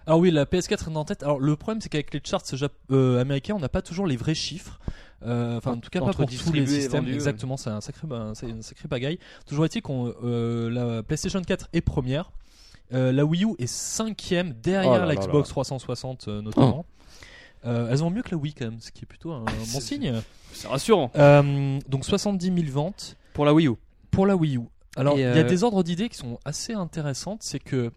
Alors Ah oui, la PS4 est en tête. Alors le problème, c'est qu'avec les charts jap- euh, américains, on n'a pas toujours les vrais chiffres. Euh, Enfin, en, En- tout cas, pas entre pour tous distribués les et systèmes. vendus, ouais. Exactement, c'est un sacré, ba- c'est une sacrée bagaille. Toujours est-il qu'on euh, la PlayStation 4 est première. Euh, la Wii U est cinquième derrière Oh là la là Oh. Xbox 360 euh, notamment. Euh, elles ont mieux que la Wii quand même, ce qui est plutôt un bon Ah, C'est- signe. C'est rassurant Euh, donc 70 000 ventes pour la Wii U. pour la Wii U. Alors, Et, il y a euh, des ordres d'idées qui sont assez intéressantes. C'est que,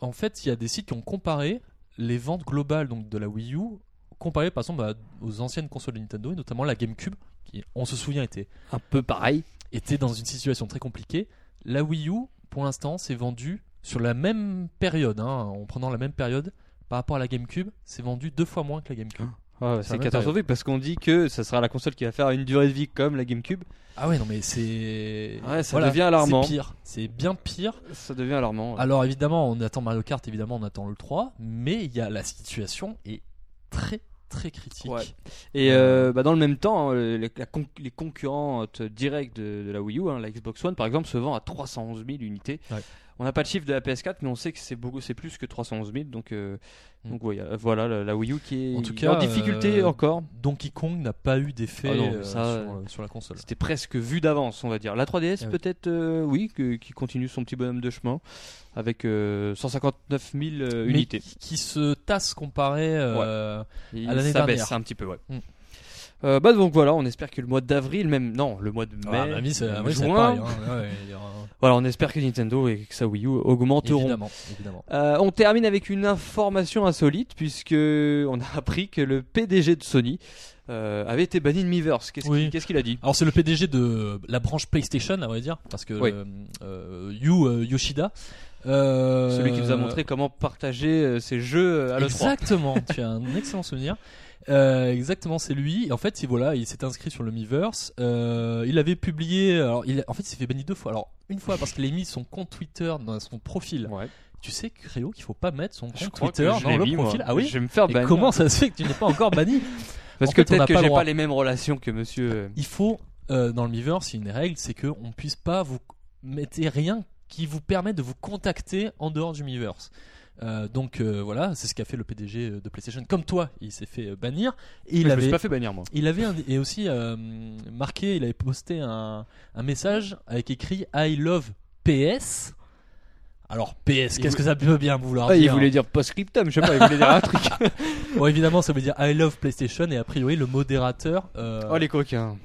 en fait, il y a des sites qui ont comparé les ventes globales donc, de la Wii U, comparées par exemple à- aux anciennes consoles de Nintendo, et notamment la GameCube, qui, on se souvient, était, Un peu pareil. était dans une situation très compliquée. La Wii U, pour l'instant, s'est vendue sur la même période, hein, en prenant la même période par rapport à la GameCube, c'est vendu deux fois moins que la GameCube. Ouais, la c'est même catastrophique parce qu'on dit que ça sera la console qui va faire une durée de vie comme la GameCube. Ah ouais, non mais c'est. Ouais, ça devient alarmant. C'est pire. C'est bien pire. Ça devient alarmant. ouais. Alors évidemment, on attend Mario Kart, évidemment, on attend le 3, mais il y a la situation est très très critique. Ouais. Et euh, bah, dans le même temps, hein, les, la con- les concurrentes directes de, de la Wii U, hein, la Xbox One par exemple, se vend à 311 000 unités. Ouais. On n'a pas de chiffre de la PS4, mais on sait que c'est beaucoup, c'est plus que 311 000. Donc, euh, Mm. donc ouais, euh, voilà, la, la Wii U qui est En tout cas, en difficulté euh, encore. Donkey Kong n'a pas eu d'effet Ah non, mais euh, ça, sur, euh, sur la console. C'était presque vu d'avance, on va dire. La 3DS Ah oui. peut-être, euh, oui, que- qui continue son petit bonhomme de chemin avec euh, 159 000 euh, Mais unités. qui- Qui se tasse comparé euh, Il à l'année s'abaisse dernière. un petit peu, ouais. Mm. Euh, bah donc voilà, on espère que le mois d'avril, même non, le mois de ah, mai, bah, oui, c'est- même ah, oui, c'est juin, pareil, hein. Ouais, il y aura- voilà, on espère que Nintendo et que sa Wii U augmenteront. évidemment, évidemment. Euh, on termine avec une information insolite puisque on a appris que le PDG de Sony euh, avait été banni de Miiverse. Qu'est-ce Oui. qu'il qu'est-ce qu'il a dit Alors c'est le PDG de la branche PlayStation, à vrai dire, parce que Oui. euh, euh, Yu euh, Yoshida, euh, Celui qui nous a montré comment partager euh, ses jeux à l'E3. Exactement, tu as un excellent souvenir. Euh, exactement, c'est lui. Et En fait, il- voilà, il s'est inscrit sur le Miiverse. Euh, il avait publié. Alors, il, en fait, il s'est fait bannir deux fois. Alors, une fois parce qu'il a mis son compte Twitter dans son profil. Ouais. Tu sais, Créo, qu'il faut pas mettre son Je compte crois Twitter que je dans l'ai le mis, moi. profil. Ah oui. Je vais me faire Et bannir. comment ça se fait que tu n'es pas encore banni Parce En que fait, on n'a peut-être que pas le j'ai droit. pas les mêmes relations que monsieur. Il faut euh, dans le Miiverse, il y a une règle, c'est que on puisse pas vous mettez rien qui vous permet de vous contacter en dehors du Miiverse. Euh, donc euh, voilà, c'est ce qu'a fait le PDG euh, de PlayStation. Comme toi, il s'est fait euh, bannir. Et il Il je me avait suis pas fait bannir moi. Il avait un- et aussi euh, marqué, il avait posté un, un message avec écrit I love PS. Alors PS, qu'est-ce que ça peut bien vouloir Ah, il dire hein. voulait dire post-scriptum, je sais pas, il voulait dire un truc. Bon, évidemment, ça veut dire I love PlayStation et a priori le modérateur euh, (laughs) Oh les coquins.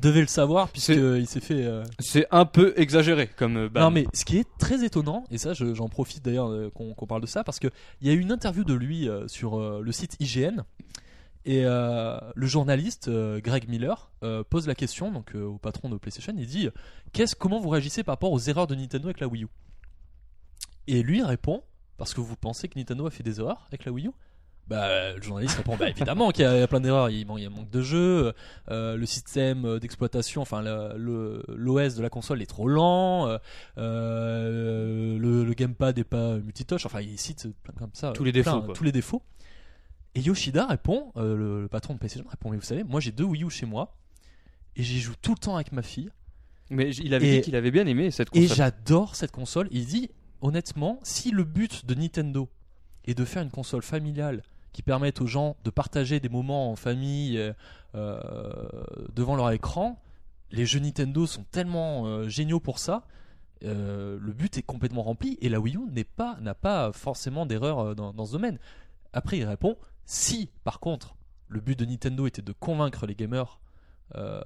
devait le savoir C'est- puisqu'il s'est fait. euh, C'est un peu exagéré comme euh, ban. Non mais ce qui est très étonnant et ça je- j'en profite d'ailleurs euh, qu'on qu'on parle de ça parce que il y a eu une interview de lui euh, sur euh, le site IGN et euh, le journaliste euh, Greg Miller euh, pose la question donc euh, au patron de PlayStation il dit euh, qu'est-ce comment vous réagissez par rapport aux erreurs de Nintendo avec la Wii U et lui répond parce que vous pensez que Nintendo a fait des erreurs avec la Wii U bah, euh, le journaliste répond bah, évidemment qu'il y, a il y a plein d'erreurs. Il, man- il y a manque de jeux, euh, le système euh, d'exploitation, enfin la- le- l'OS de la console est trop lent, euh, euh, le, le gamepad n'est pas multitouch. Enfin, il cite plein comme ça Tous les plein, défauts, quoi. tous les défauts. Et Yoshida répond, euh, le, le patron de PlayStation répond mais vous savez, moi j'ai deux Wii U chez moi et j'y joue tout le temps avec ma fille. Mais j- il avait Et- dit qu'il avait bien aimé cette Et console. j'adore cette console. Il dit, honnêtement, si le but de Nintendo est de faire une console familiale qui permette aux gens de partager des moments en famille euh, euh, devant leur écran, les jeux Nintendo sont tellement euh, géniaux pour ça. euh, le but est complètement rempli et la Wii U n'est pas n'a pas forcément d'erreur euh, dans, dans ce domaine. Après, il répond si, par contre, le but de Nintendo était de convaincre les gamers euh,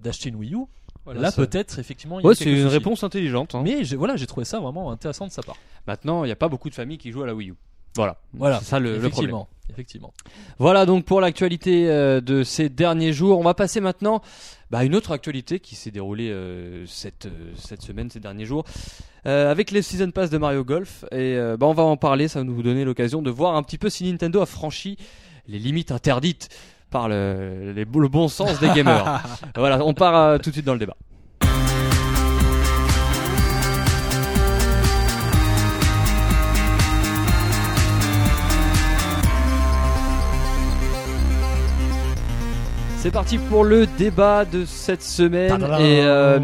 d'acheter une Wii U, Voilà, là ça- peut-être effectivement. il y a Ouais, quelques c'est une soucis. réponse intelligente. hein. Mais j'ai- voilà, j'ai trouvé ça vraiment intéressant de sa part. Maintenant, il n'y a pas beaucoup de familles qui jouent à la Wii U. Voilà. Voilà. C'est ça le, le problème. effectivement, effectivement. Voilà donc pour l'actualité euh, de ces derniers jours. On va passer maintenant bah, à une autre actualité qui s'est déroulée euh, cette, euh, cette semaine, ces derniers jours, euh, avec les Season Pass de Mario Golf. Et euh, bah, on va en parler, ça va nous donner l'occasion de voir un petit peu si Nintendo a franchi les limites interdites par le, les- le bon sens des gamers. voilà, on part euh, tout de suite dans le débat. C'est parti pour le débat de cette semaine. Tadadam. Et, euh,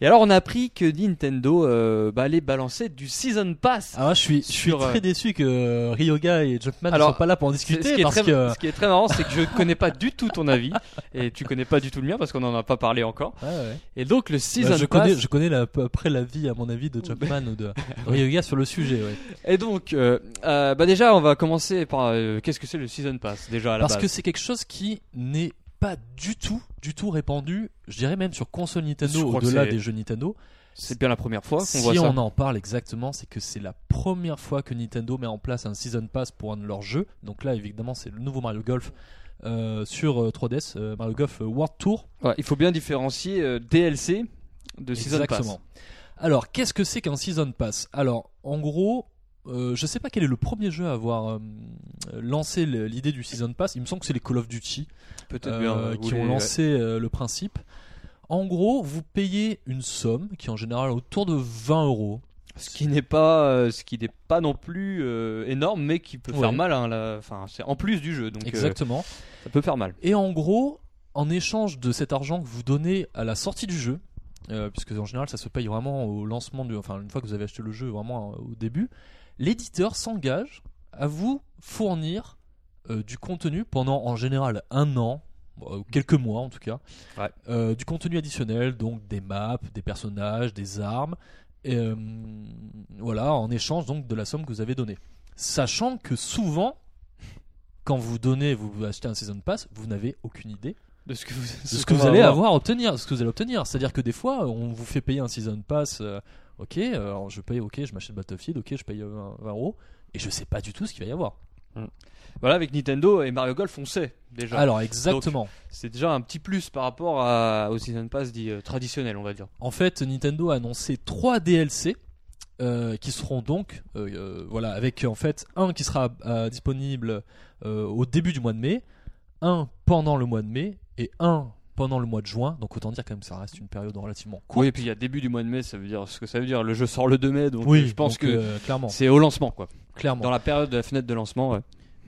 et alors, on a appris que Nintendo euh, bah, allait balancer du Season Pass. Ah, je suis, je suis sur, euh, très déçu que Ryoga et Jumpman ne Alors, soient pas là pour en C'est- discuter ce, qui est parce très, que. ce qui est très marrant, c'est que je connais pas du tout ton (laughs) avis et tu connais pas du tout le mien parce qu'on en a pas parlé encore. Ouais, ouais. Et donc le Bah, Season je, Pass. connais, je connais la, à peu près la vie, à mon avis, de Jumpman (laughs) ou de Ryoga sur le sujet. ouais. Et donc, euh, euh, bah déjà, on va commencer par euh, qu'est-ce que c'est le Season Pass déjà à la Parce que base. c'est quelque chose qui n'est pas du tout, du tout répandu. Je dirais même sur console Nintendo, Je crois que au-delà c'est- des jeux Nintendo. c'est bien la première fois qu'on si voit ça. on en parle exactement, c'est que c'est la première fois que Nintendo met en place un Season Pass pour un de leurs jeux. Donc là, évidemment, c'est le nouveau Mario Golf euh, sur euh, 3DS, euh, Mario Golf World Tour. Ouais, il faut bien différencier euh, DLC de Season Exactement. Pass. Alors, qu'est-ce que c'est qu'un Season Pass Alors, en gros, euh, je sais pas quel est le premier jeu à avoir euh, lancé le- l'idée du Season Pass. Il me semble que c'est les Call of Duty Peut-être euh, bien euh, qui voulez- ont lancé euh, le principe. En gros, vous payez une somme qui est en général autour de 20 euros. ce qui n'est pas, euh, ce qui n'est pas non plus euh, énorme, mais qui peut Ouais. faire mal. hein, là. Enfin, c'est en plus du jeu, donc euh, Exactement. ça peut faire mal. Et en gros, en échange de cet argent que vous donnez à la sortie du jeu, euh, puisque en général ça se paye vraiment au lancement du, enfin une fois que vous avez acheté le jeu vraiment euh, au début, l'éditeur s'engage à vous fournir euh, du contenu pendant en général un an, bon, euh, quelques mois en tout cas, Ouais. Euh, du contenu additionnel, donc des maps, des personnages, des armes, et, euh, voilà, en échange donc de la somme que vous avez donnée. Sachant que souvent, quand vous donnez, vous achetez un season pass, vous n'avez aucune idée De ce que vous, de ce que vous allez avoir à obtenir, ce que vous allez obtenir. C'est-à-dire que des fois, on vous fait payer un season pass. euh, ok, euh, alors je paye. Ok, je m'achète Battlefield. Ok, je paye euh, 20 20 euros. Et je sais pas du tout ce qu'il va y avoir. Voilà, avec Nintendo et Mario Golf, on sait déjà. Alors exactement. C'est déjà un petit plus par rapport à, au Season Pass dit euh, traditionnel, on va dire. En fait, Nintendo a annoncé 3 DLC euh, qui seront donc, euh, euh, voilà, avec en fait un qui sera euh, disponible euh, au début du mois de mai, un pendant le mois de mai et un pendant le mois de juin. Donc autant dire quand même, ça reste une période relativement courte. oui, et puis il y a début du mois de mai, ça veut dire ce que ça veut dire. Le jeu sort le 2 mai, donc euh, je pense donc, que euh, clairement, c'est au lancement, quoi. clairement. Dans la période de la fenêtre de lancement, ouais.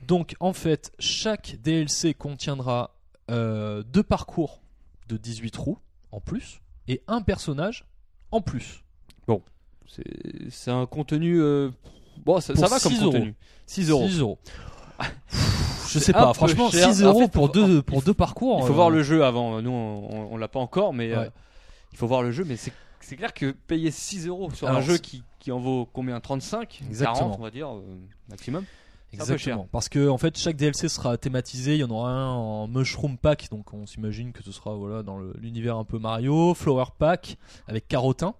Donc en fait, chaque DLC contiendra euh, deux parcours de 18 trous en plus et un personnage en plus. c'est c'est un contenu. euh, Bon, ça, Pour ça va comme 6 euros. contenu. 6 euros. (laughs) 6 euros. Pff, Je C'est sais un pas, peu franchement, cher. 6 En euros fait, pour faut- deux, pour il faut- deux parcours. Il euh, faut voir le jeu avant. Nous, on, on- on l'a pas encore, mais Ouais. euh, il faut voir le jeu. Mais c'est c'est clair que payer 6 euros sur un Alors, jeu c'est- qui, qui en vaut combien 35 Exactement. 40 on va dire euh, (laughs) maximum. C'est un peu cher. Exactement. Parce que en fait, chaque DLC sera thématisé. Il y en aura un en Mushroom Pack, donc on s'imagine que ce sera voilà dans le- l'univers un peu Mario, Flower Pack avec Carotin,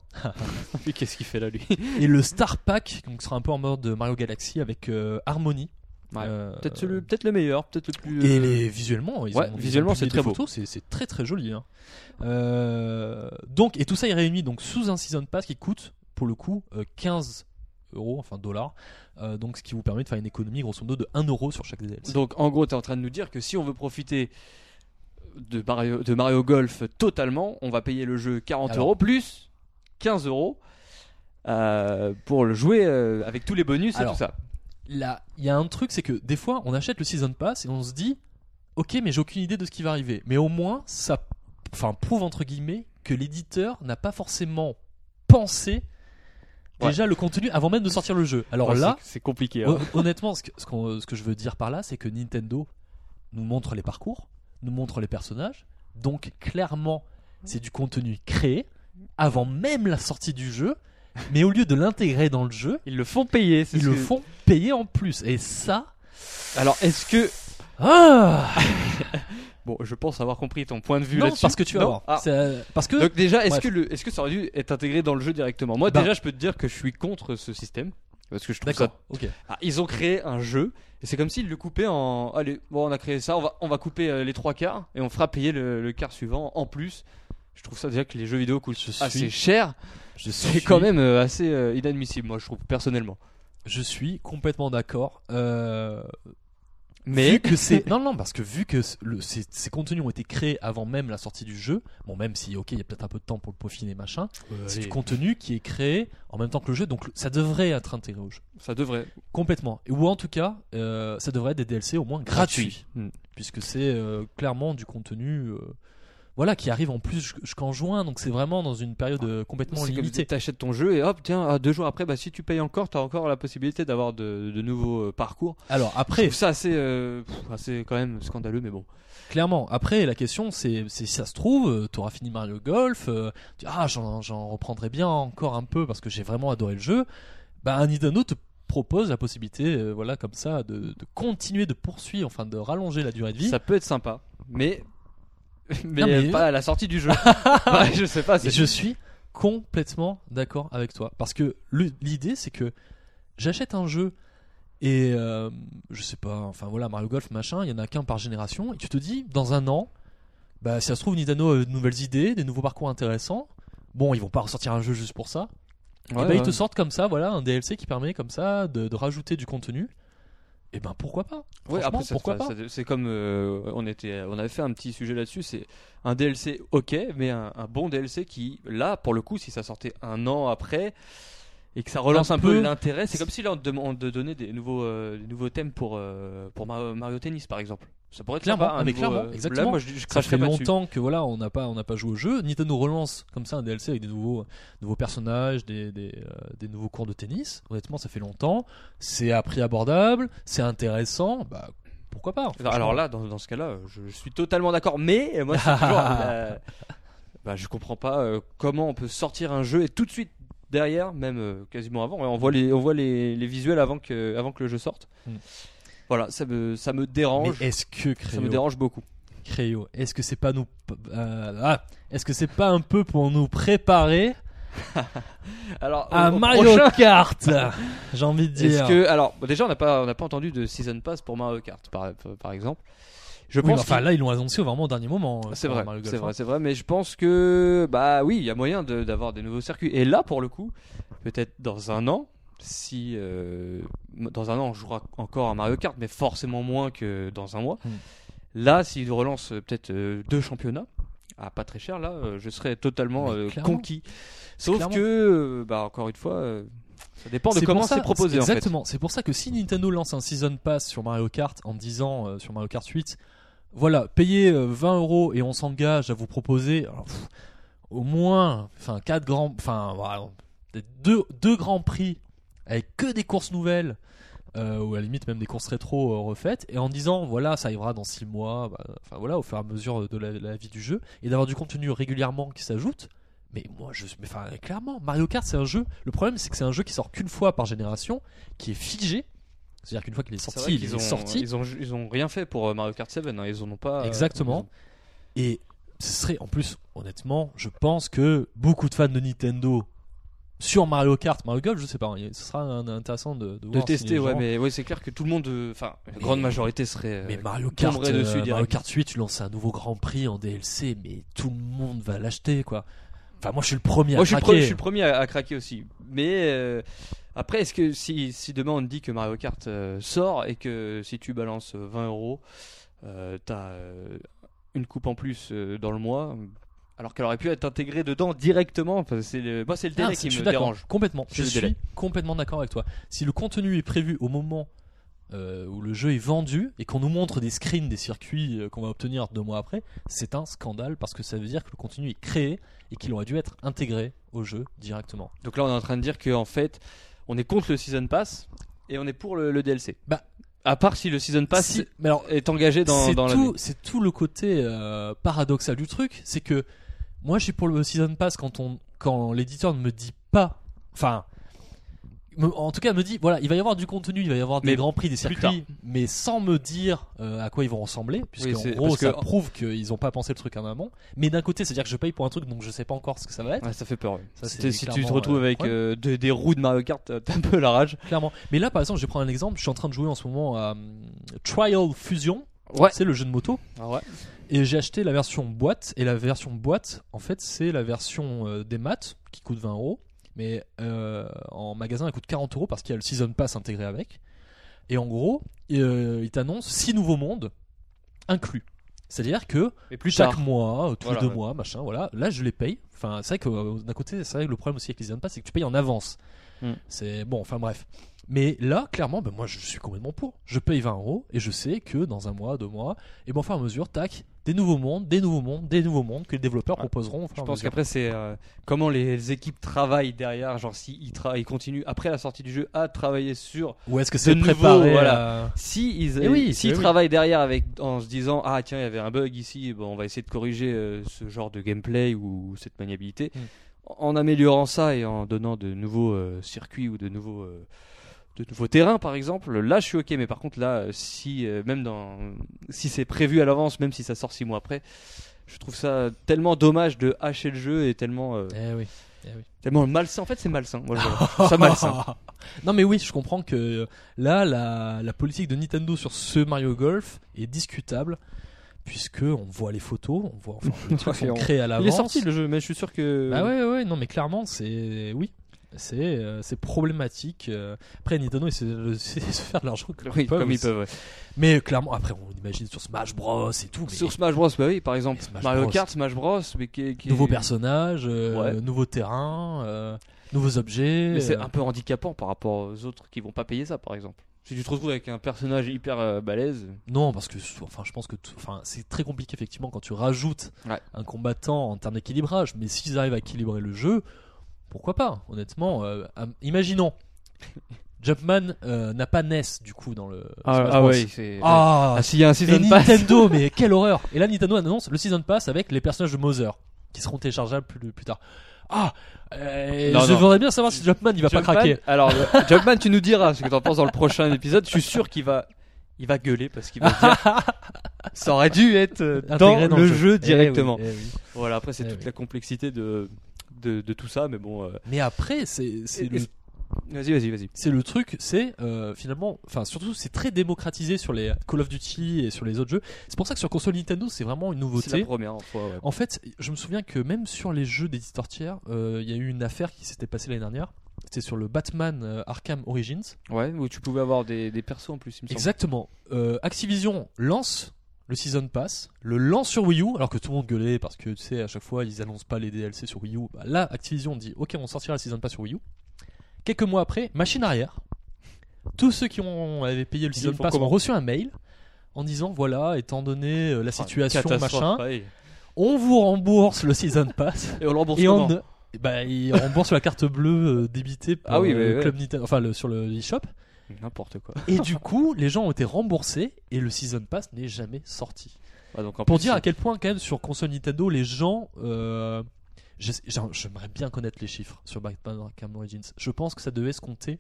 Puis qu'est-ce qu'il fait là lui et le Star Pack, donc sera un peu en mode Mario Galaxy avec euh, Harmony. Ouais. Euh, Peut-être le, peut-être le meilleur, peut-être le plus Et euh, les, visuellement, ils ouais, ont- ils ont visuellement, publié c'est très des beau. photos, C'est, c'est très très joli. hein. Euh, donc, et tout ça est réuni donc sous un season pass qui coûte pour le coup euh, 15 euros, enfin dollars. Euh, donc, ce qui vous permet de faire une économie grosso modo de 1 euro sur chaque DLC. Donc en gros, tu es en train de nous dire que si on veut profiter de Mario, de Mario Golf totalement, on va payer le jeu 40 Alors. euros plus 15 euros euh, pour le jouer euh, avec tous les bonus et Alors. tout ça. Là, il y a un truc, c'est que des fois, on achète le season pass et on se dit, ok, mais j'ai aucune idée de ce qui va arriver. Mais au moins, ça, enfin, prouve entre guillemets que l'éditeur n'a pas forcément pensé. Ouais. Déjà le contenu avant même de sortir le jeu. Alors Ouais, là, oh, c'est- c'est compliqué. hein. Hon- Honnêtement, ce que, ce, qu'on- ce que je veux dire par là, c'est que Nintendo nous montre les parcours, nous montre les personnages. Donc, clairement, c'est du contenu créé avant même la sortie du jeu. Mais au lieu de l'intégrer dans le jeu, Ils le font payer. c'est ils ce le que- font payer en plus. Et ça. Alors est-ce que Ah bon, je pense avoir compris ton point de vue Non, là-dessus. parce que tu vas Non voir. Ah. C'est- euh, Parce que. Donc déjà, est-ce Bref. que le, est-ce que ça aurait dû être intégré dans le jeu directement Moi, Ben. déjà, je peux te dire que je suis contre ce système parce que je trouve ça D'accord, ok. Ah, ils ont créé un jeu et c'est comme s'ils le coupaient en. Allez, bon, on a créé ça, on va, on va couper euh, les trois quarts et on fera payer le, le quart suivant en plus. Je trouve ça déjà que les jeux vidéo coûtent Je assez suis- cher. Je C'est quand même euh, assez euh, inadmissible, moi, je trouve, personnellement. Je suis complètement d'accord. Euh, Mais. Vu (laughs) que c'est non non parce que vu que c- le- ces, ces contenus ont été créés avant même la sortie du jeu, bon même si ok il y a peut-être un peu de temps pour le peaufiner machin, c'est du allez, contenu qui est créé en même temps que le jeu donc le- ça devrait être intégré au jeu ça devrait. complètement Et- ou en tout cas euh, ça devrait être des DLC au moins gratuits Mm. Hmm. puisque c'est euh, clairement du contenu euh, voilà qui arrive en plus jus- jusqu'en juin donc c'est vraiment dans une période euh, complètement C'est comme si limitée. t'achètes ton jeu et hop, tiens, ah, deux jours après, bah, si tu payes encore, t'as encore la possibilité d'avoir de, de nouveaux euh, parcours. Alors Je après trouve ça assez. euh, pff, assez quand même scandaleux, mais bon. Clairement. Après, la question, c'est c'est si ça se trouve, euh, t'auras fini Mario Golf, euh, tu- ah, j'en j'en reprendrai bien encore un peu parce que j'ai vraiment adoré le jeu. Bah, Nintendo te propose la possibilité, euh, voilà, comme ça, de, de continuer, de poursuivre, enfin, de rallonger la durée de vie. Ça peut être sympa, mais. (laughs) Mais, Non, mais- pas à la sortie (laughs) du jeu. Ouais, je sais pas. Et c'est- je suis complètement d'accord avec toi. Parce que le- l'idée, c'est que j'achète un jeu et euh, je sais pas, enfin voilà, Mario Golf, machin, il y en a qu'un par génération. Et tu te dis, dans un an, bah, si ça se trouve, Nintendo a de nouvelles idées, des nouveaux parcours intéressants. Bon, ils vont pas ressortir un jeu juste pour ça. Ouais, et bah, ils te ouais. sortent comme ça, voilà, un DLC qui permet comme ça de, de rajouter du contenu. Et ben pourquoi pas Ouais, Franchement, après, ça- pourquoi ça- pas ça- C'est comme euh, on était, on avait fait un petit sujet là-dessus. C'est un DLC ok, mais un, un bon DLC qui, là, pour le coup, si ça sortait un an après et que ça relance Un un, peu, peu. l'intérêt, c'est comme si là on te demande de donner des nouveaux, euh, des nouveaux thèmes pour euh, pour Mar- Mario Tennis par exemple. Ça pourrait être Clairement, sympa, un ah, mais nouveau, euh, clairement, là, exactement. moi, je, je ça cracherais fait pas dessus. longtemps que voilà on n'a pas on n'a pas joué au jeu Nintendo relance comme ça un DLC avec des nouveaux nouveaux personnages des, des, euh, des nouveaux cours de tennis honnêtement ça fait longtemps c'est à prix abordable c'est intéressant bah pourquoi pas Alors, alors là, dans, dans ce cas-là, euh, je, je suis totalement d'accord, mais euh, moi, c'est (laughs) toujours. la- bah, je comprends pas euh, comment on peut sortir un jeu et tout de suite derrière, même euh, quasiment avant, on voit les, on voit les, les visuels avant que, avant que le jeu sorte. Hmm. Voilà, ça me, ça me Mais dérange. est-ce que Ça me Créo, dérange beaucoup. Créo est-ce que c'est pas nous euh, ah, est-ce que c'est pas un peu pour nous préparer Alors, à au- au Ah, Mario prochain, Kart j'ai envie de est-ce dire que. Alors, déjà, on n'a pas, on n'a pas entendu de Season Pass pour Mario Kart, par, par exemple. Je Oui, mais pense enfin qu'il- là ils l'ont annoncé vraiment au dernier moment euh, C'est pour vrai, Mario Golf, c'est hein. vrai, c'est vrai, mais je pense que bah oui, il y a moyen de- d'avoir des nouveaux circuits. Et là, pour le coup, peut-être dans un an, si euh, dans un an on jouera encore à Mario Kart, mais forcément moins que dans un mois. Mm. Là, s'ils relancent euh, peut-être euh, deux championnats à pas très cher, là, euh, je serais totalement Mais euh, clairement. conquis. Sauf clairement. que, euh, bah encore une fois, euh, ça dépend de C'est comment pour ça- c'est proposé en fait. Exactement. C'est pour ça que si Nintendo lance un season pass sur Mario Kart en disant euh, sur Mario Kart 8, voilà, payez euh, 20 euros et on s'engage à vous proposer alors, pff, au moins, enfin quatre grands, enfin voilà, peut-être deux deux grands prix avec que des courses nouvelles. euh, ou à la limite même des courses rétro euh, refaites et en disant voilà ça arrivera dans 6 euh, mois bah, enfin voilà au fur et à mesure de la, la vie du jeu et d'avoir du contenu régulièrement qui s'ajoute mais Mais moi, je. mais Enfin, clairement, Mario Kart, c'est un jeu. Le problème, c'est que c'est un jeu qui sort qu'une fois par génération, qui est figé. C'est-à-dire qu'une fois qu'il est C'est sorti, vrai il qu'ils est ont, sorti. Ils ont, ils ont rien fait pour euh, Mario Kart 7, hein, ils en ont pas. euh, Exactement. Et ce serait, en plus, honnêtement, je pense que beaucoup de fans de Nintendo sur Mario Kart, Mario Golf, je sais pas, hein, ce sera un- intéressant de, de ils ont- de voir si les tester, ouais, gens- mais ouais, c'est clair que tout le monde, euh, enfin, la Mais- grande majorité serait. euh, Mais Mario Kart, tomberait euh, dessus Mario direct. Kart 8, tu lances un nouveau Grand Prix en DLC, mais tout le monde va l'acheter, quoi. Enfin, moi, je suis le premier Moi, à je suis, le craquer. pre- je suis le premier à, à craquer aussi. Mais euh, après, est-ce que si, si demain on te dit que Mario Kart euh, sort et que si tu balances euh, 20 euros, euh, t'as euh, une coupe en plus euh, dans le mois, alors qu'elle aurait pu être intégrée dedans directement Enfin, c'est le, Moi, c'est le délai Ah, qui je suis me d'accord, dérange. Complètement. C'est Je le suis délai. complètement d'accord avec toi. Si le contenu est prévu au moment euh, où le jeu est vendu et qu'on nous montre des screens des circuits euh, qu'on va obtenir deux mois après, c'est un scandale parce que ça veut dire que le contenu est créé et qu'il aurait dû être intégré au jeu directement. Donc là, on est en train de dire qu'en fait, on est contre le Season Pass et on est pour le, le DLC. Bah. À part si le Season Pass Si- mais alors, est engagé dans, c'est dans l'année. tout, c'est tout le côté euh, paradoxal du truc, c'est que moi je suis pour le season pass quand on quand l'éditeur ne me dit pas, enfin, me- en tout cas me dit voilà il va y avoir du contenu, il va y avoir des Mais grands prix, des plus circuits, mais sans me dire euh, à quoi ils vont ressembler, puisque Oui, en c'est- gros parce ça que- prouve qu'ils n'ont pas pensé le truc en amont. Mais d'un côté c'est à dire que je paye pour un truc donc je sais pas encore ce que ça va être, Ouais, ça fait peur. ouais. Ça, Si c'est t'es- si tu te clairement, retrouves euh, avec ouais. euh, des, des roues de Mario Kart, euh, t'as un peu la rage. clairement. Mais là par exemple je vais prendre un exemple, je suis en train de jouer en ce moment à hum, Trial Fusion, Ouais. c'est le jeu de moto. Ah ouais. Et j'ai acheté la version boîte. Et la version boîte, en fait, c'est la version euh, des maths qui coûte 20 euros. Mais euh, en magasin, elle coûte 40 euros parce qu'il y a le Season Pass intégré avec. Et en gros, euh, il t'annonce 6 nouveaux mondes inclus. C'est-à-dire que Et plus chaque tard. mois, euh, tous Voilà, les deux ouais. mois, machin, voilà. Là, je les paye. Enfin, c'est vrai que euh, d'un côté, c'est vrai que le problème aussi avec les Season Pass, c'est que tu payes en avance. Mm. C'est bon, enfin bref. Mais là, clairement, ben, moi, je suis complètement pour. Je paye 20 euros et je sais que dans un mois, deux mois, et ben, au fur et à mesure, tac, des nouveaux mondes, des nouveaux mondes, des nouveaux mondes que les développeurs Ouais. proposeront. au fur et Je à pense mesure. qu'après, c'est euh, comment les équipes travaillent derrière. Genre, si ils, tra- ils continuent après la sortie du jeu à travailler sur. Ou est-ce que c'est de nouveau, préparé voilà. à- Si ils, Eh oui, s'ils eh oui. travaillent derrière avec, en se disant Ah, tiens, il y avait un bug ici, bon, on va essayer de corriger euh, ce genre de gameplay ou cette maniabilité. Hmm. En améliorant ça et en donnant de nouveaux euh, circuits ou de nouveaux. euh, de nouveaux terrains par exemple, là je suis ok, mais par contre là, euh, si euh, même dans, si c'est prévu à l'avance, même si ça sort six mois après, je trouve ça tellement dommage de hacher le jeu et tellement euh, Eh oui. Eh oui. Tellement malsain. En fait, c'est malsain. (laughs) Moi, je trouve (laughs) ça malsain. Non mais oui, je comprends que euh, là, la, la politique de Nintendo sur ce Mario Golf est discutable, puisque on voit les photos, on voit enfin, (laughs) le truc Ouais, sont créés à l'avance. Il est sorti le jeu, mais je suis sûr que. Bah ouais, ouais, ouais, non mais clairement, c'est oui. C'est euh, c'est problématique. euh. Après, Nintendo, essaie (laughs) de essaie de se faire de l'argent comme, Oui, ils peuvent comme ils aussi. peuvent. ouais. Mais clairement, après, on imagine sur Smash Bros. et tout. Mais Sur Smash Bros, bah oui, par exemple. Mais Smash Mario Bros. Kart, Smash Bros, mais qui, est- qui est- nouveaux personnages, euh, Ouais. nouveaux terrains, euh, nouveaux objets. Mais c'est euh. un peu handicapant par rapport aux autres qui vont pas payer ça, par exemple. Si tu te retrouves avec un personnage hyper euh, balèze, Non, parce que enfin, je pense que tout- enfin, c'est très compliqué effectivement quand tu rajoutes Ouais. un combattant en termes d'équilibrage. Mais s'ils arrivent à équilibrer le jeu, pourquoi pas Honnêtement, euh, am- imaginons Jumpman euh, n'a pas NES du coup dans le. Smash Bros. Ah, ouais, c'est. Ah, Ah, s'il y a un et season pass. Nintendo, mais quelle horreur Et là, Nintendo annonce le season pass avec les personnages de Mother qui seront téléchargeables plus, plus tard. Ah, euh, Non, je non. voudrais bien savoir si Jumpman il va Jumpman- pas craquer. Alors, euh, Jumpman, tu nous diras ce que t'en penses dans le prochain épisode. Je suis sûr qu'il va, il va gueuler parce qu'il va se dire. (laughs) Ça aurait dû être euh, dans, Intégré le jeu Eh oui, directement. eh oui. Voilà, après, c'est Eh toute oui. la complexité de, de, de tout ça, mais bon. euh, Mais après, c'est c'est Et- le Vas-y, vas-y, vas-y. c'est le truc, c'est euh, finalement, enfin surtout c'est très démocratisé sur les Call of Duty et sur les autres jeux. C'est pour ça que sur console Nintendo c'est vraiment C'est une la nouveauté. première fois. ouais. En fait, je me souviens que même sur les jeux d'éditeurs tiers, euh, il y a eu une affaire qui s'était passée l'année dernière. C'était sur le Batman euh, Arkham Origins. Ouais, où tu pouvais avoir des, des persos en plus, il me semble. Exactement. Euh, Activision lance le Season Pass, le lance sur Wii U, alors que tout le monde gueulait parce que tu sais, à chaque fois ils annoncent pas les DLC sur Wii U. Bah, là, Activision dit Ok, on sortira le Season Pass sur Wii U. Quelques mois après, machine arrière. Tous ceux qui ont, avaient payé le Ils Season font Pass comment ont reçu un mail en disant Voilà, étant donné euh, la Enfin, situation, Ah, catastrophe, machin, pareil. on vous rembourse le Season Pass. Et (laughs) on le rembourse et comment on. ne- Bah, ils remboursent la carte bleue euh, débitée par Ah oui, euh, ouais, le ouais. club Nintendo, enfin le- sur le eShop. N'importe quoi. Et du coup, les gens ont été remboursés et le Season Pass n'est jamais sorti. Ah, donc en Pour plus, dire à c'est- quel point, quand même, sur console Nintendo, les gens euh, je- j'aim- J'aimerais bien connaître les chiffres sur Batman Arkham Origins. Je pense que ça devait se compter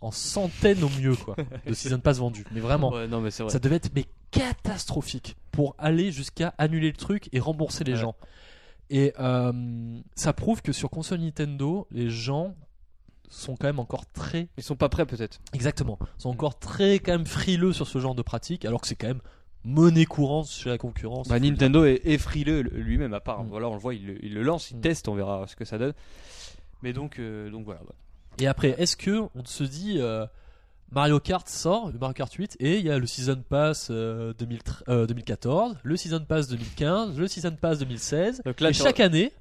en centaines au mieux, quoi, de season pass vendus. Mais vraiment, Ouais, non, mais c'est vrai. ça devait être mais catastrophique pour aller jusqu'à annuler le truc et rembourser les Ouais. gens. Et euh, ça prouve que sur console Nintendo, les gens sont quand même encore très Ils sont pas prêts peut-être. exactement, sont encore très quand même frileux sur ce genre de pratique, alors que c'est quand même monnaie courante chez la concurrence. Bah, Nintendo est, est frileux lui-même à part. Mm. Voilà, on le voit, il, le- il le lance, il Mm. teste, on verra ce que ça donne. Mais donc, euh, donc voilà. bah. Et après, est-ce que on se dit euh, Mario Kart sort, Mario Kart 8, et il y a le Season Pass euh, 2013 euh, 2014, le Season Pass 2015, le Season Pass 2016, Donc là, et t'es en- chaque année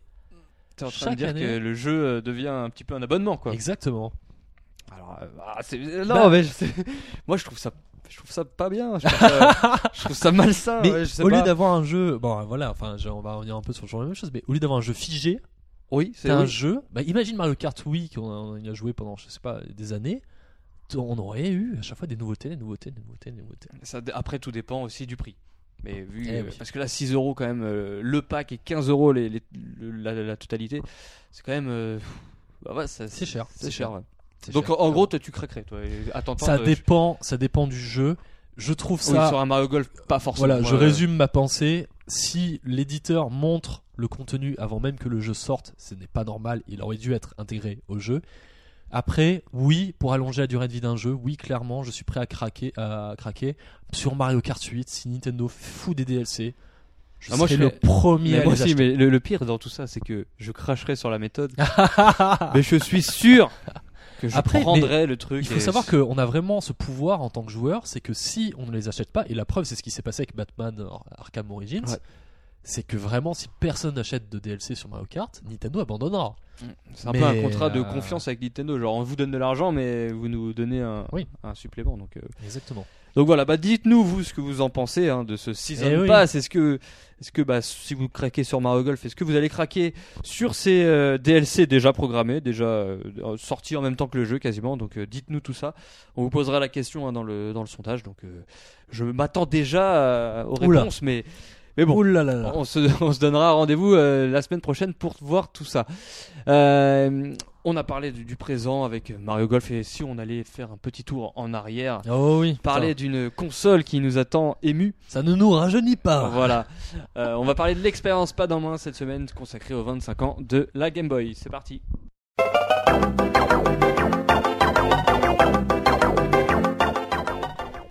t'es en train chaque de dire année- que le jeu euh, devient un petit peu un abonnement quoi. Exactement. Alors, euh, ah, c'est- euh, non, Bah- mais je- c'est- moi je trouve ça, je trouve ça pas bien. Je trouve (laughs) ça, je trouve ça malsain. Mais Ah ouais, je sais au lieu pas. d'avoir un jeu, bon voilà, enfin je- on va revenir un peu sur le genre de la même chose, mais au lieu d'avoir un jeu figé, oui, c'est t'as un oui. jeu, bah imagine Mario Kart Wii qu'on a- on y a joué pendant je sais pas des années, t- on aurait eu à chaque fois des nouveautés, des nouveautés, des nouveautés, des nouveautés. Ça dé- après, tout dépend aussi du prix. Mais vu, Eh euh, oui. parce que là, 6 euros quand même, euh, le pack et 15 euros les, les- le- la, la totalité, c'est quand même. euh, pff, bah ouais, ça- C'est cher, C'est c'est cher. cher. ouais. C'est Donc cher. en, en gros, toi, tu craquerais, toi. et À t'entendre, ça euh, dépend, ça dépend du jeu. Je trouve je- oui, ça sur un Mario Golf, pas forcément. Voilà, je euh, résume ma pensée. Si l'éditeur montre le contenu avant même que le jeu sorte, ce n'est pas normal. Il aurait dû être intégré au jeu. Après, oui, pour allonger la durée de vie d'un jeu, oui, clairement, je suis prêt à craquer, à craquer sur Mario Kart 8. Si Nintendo fout des DLC, je Ah, moi, serai je le fais- premier Mais à moi les aussi, acheter. mais le, le pire dans tout ça, c'est que je cracherais sur la méthode. (laughs) mais je suis sûr que je Ah. Après, mais prendrais le truc. Il faut et- savoir qu'on a vraiment ce pouvoir en tant que joueur, c'est que si on ne les achète pas, et la preuve c'est ce qui s'est passé avec Batman Ar- Arkham Origins, Ouais. c'est que vraiment si personne n'achète de DLC sur Mario Kart, Nintendo abandonnera. C'est un peu un Mais, contrat de euh, confiance avec Nintendo. Genre, on vous donne de l'argent, mais vous nous donnez un, Oui. un supplément. Donc, euh, Exactement. donc voilà, bah dites-nous vous ce que vous en pensez hein, de ce season Eh oui. pass. Est-ce que, est-ce que bah, si vous craquez sur Mario Golf, est-ce que vous allez craquer sur ces euh, DLC déjà programmés, déjà euh, sortis en même temps que le jeu quasiment Donc euh, dites-nous tout ça. On vous posera la question hein, dans le dans le sondage. Donc euh, je m'attends déjà euh, aux Oula. réponses, mais mais bon. Ouh là là là. On se, (laughs) on se donnera rendez-vous euh, la semaine prochaine pour voir tout ça. Euh, on a parlé du, du présent avec Mario Golf et si on allait faire un petit tour en arrière, Oh oui. parler d'une console qui nous attend ému. Ça, ça ne nous rajeunit pas. Voilà. Euh, on va parler de l'expérience pas dans main cette semaine consacrée aux 25 ans de la Game Boy. C'est parti.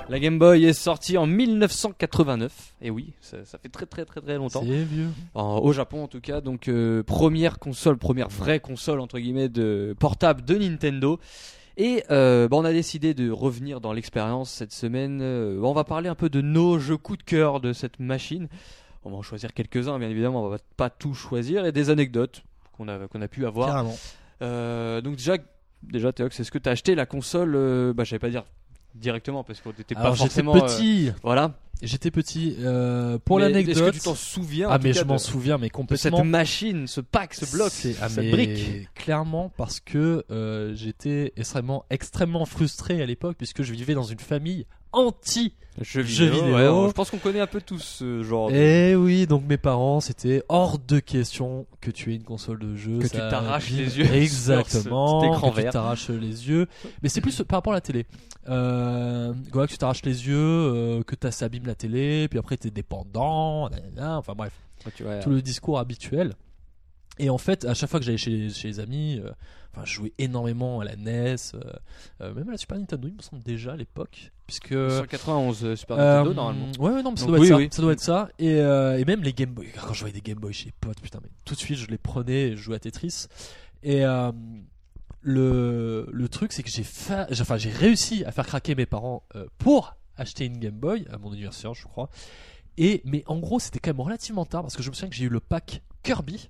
La Game Boy est sortie en 1989. Et oui, ça, ça fait très très très très longtemps. C'est vieux. En- au Japon en tout cas. Donc euh, première console, première vraie console entre guillemets de portable de Nintendo. Et euh, bah, on a décidé de revenir dans l'expérience cette semaine. Euh, on va parler un peu de nos jeux coup de cœur de cette machine. On va en choisir quelques-uns, bien évidemment, on va pas tout choisir et des anecdotes qu'on a, qu'on a pu avoir. Carrément. Euh, donc déjà, déjà Théox, est-ce que tu as acheté la console euh, Bah j'allais pas dire directement parce qu'on n'était pas Alors j'étais forcément... euh, petit. voilà. J'étais petit. euh, pour Mais Est-ce l'anecdote. que tu t'en souviens en Ah tout mais cas, je m'en de- souviens mais de cette complètement. machine, ce pack, ce bloc, C'est- ah, cette mais brique Clairement parce que euh, j'étais extrêmement extrêmement frustré à l'époque puisque je vivais dans une famille anti. Jeux Jeux vidéo. ouais, on- je pense qu'on connaît un peu tous ce genre. de- Eh oui donc mes parents c'était hors de question que tu aies une console de jeu. Que ça- tu t'arraches les yeux (laughs) sur Exactement. ce petit écran que tu vert. t'arraches les yeux. Mais c'est plus par rapport à la télé. Euh, voilà, que tu t'arraches les yeux, euh, que ça s'abîme la télé, puis après t'es dépendant. nanana, enfin bref. Ouais, tu vois, tout le discours habituel. Et en fait, à chaque fois que j'allais chez, chez les amis, euh, enfin, je jouais énormément à la NES, euh, euh, même à la Super Nintendo, il me semble déjà à l'époque, puisque 191 euh, Super euh, Nintendo normalement. Ouais, ouais, non, mais ça Donc, doit, être oui, ça, oui. ça doit être ça. Et, euh, et même les Game Boy. Quand je voyais des Game Boy chez les potes, putain, mais tout de suite, je les prenais et je jouais à Tetris. Et euh, le, le truc, c'est que j'ai fa- j'ai- enfin, j'ai réussi à faire craquer mes parents euh, pour acheter une Game Boy à mon anniversaire, je crois. Et, mais en gros, c'était quand même relativement tard parce que je me souviens que j'ai eu le pack Kirby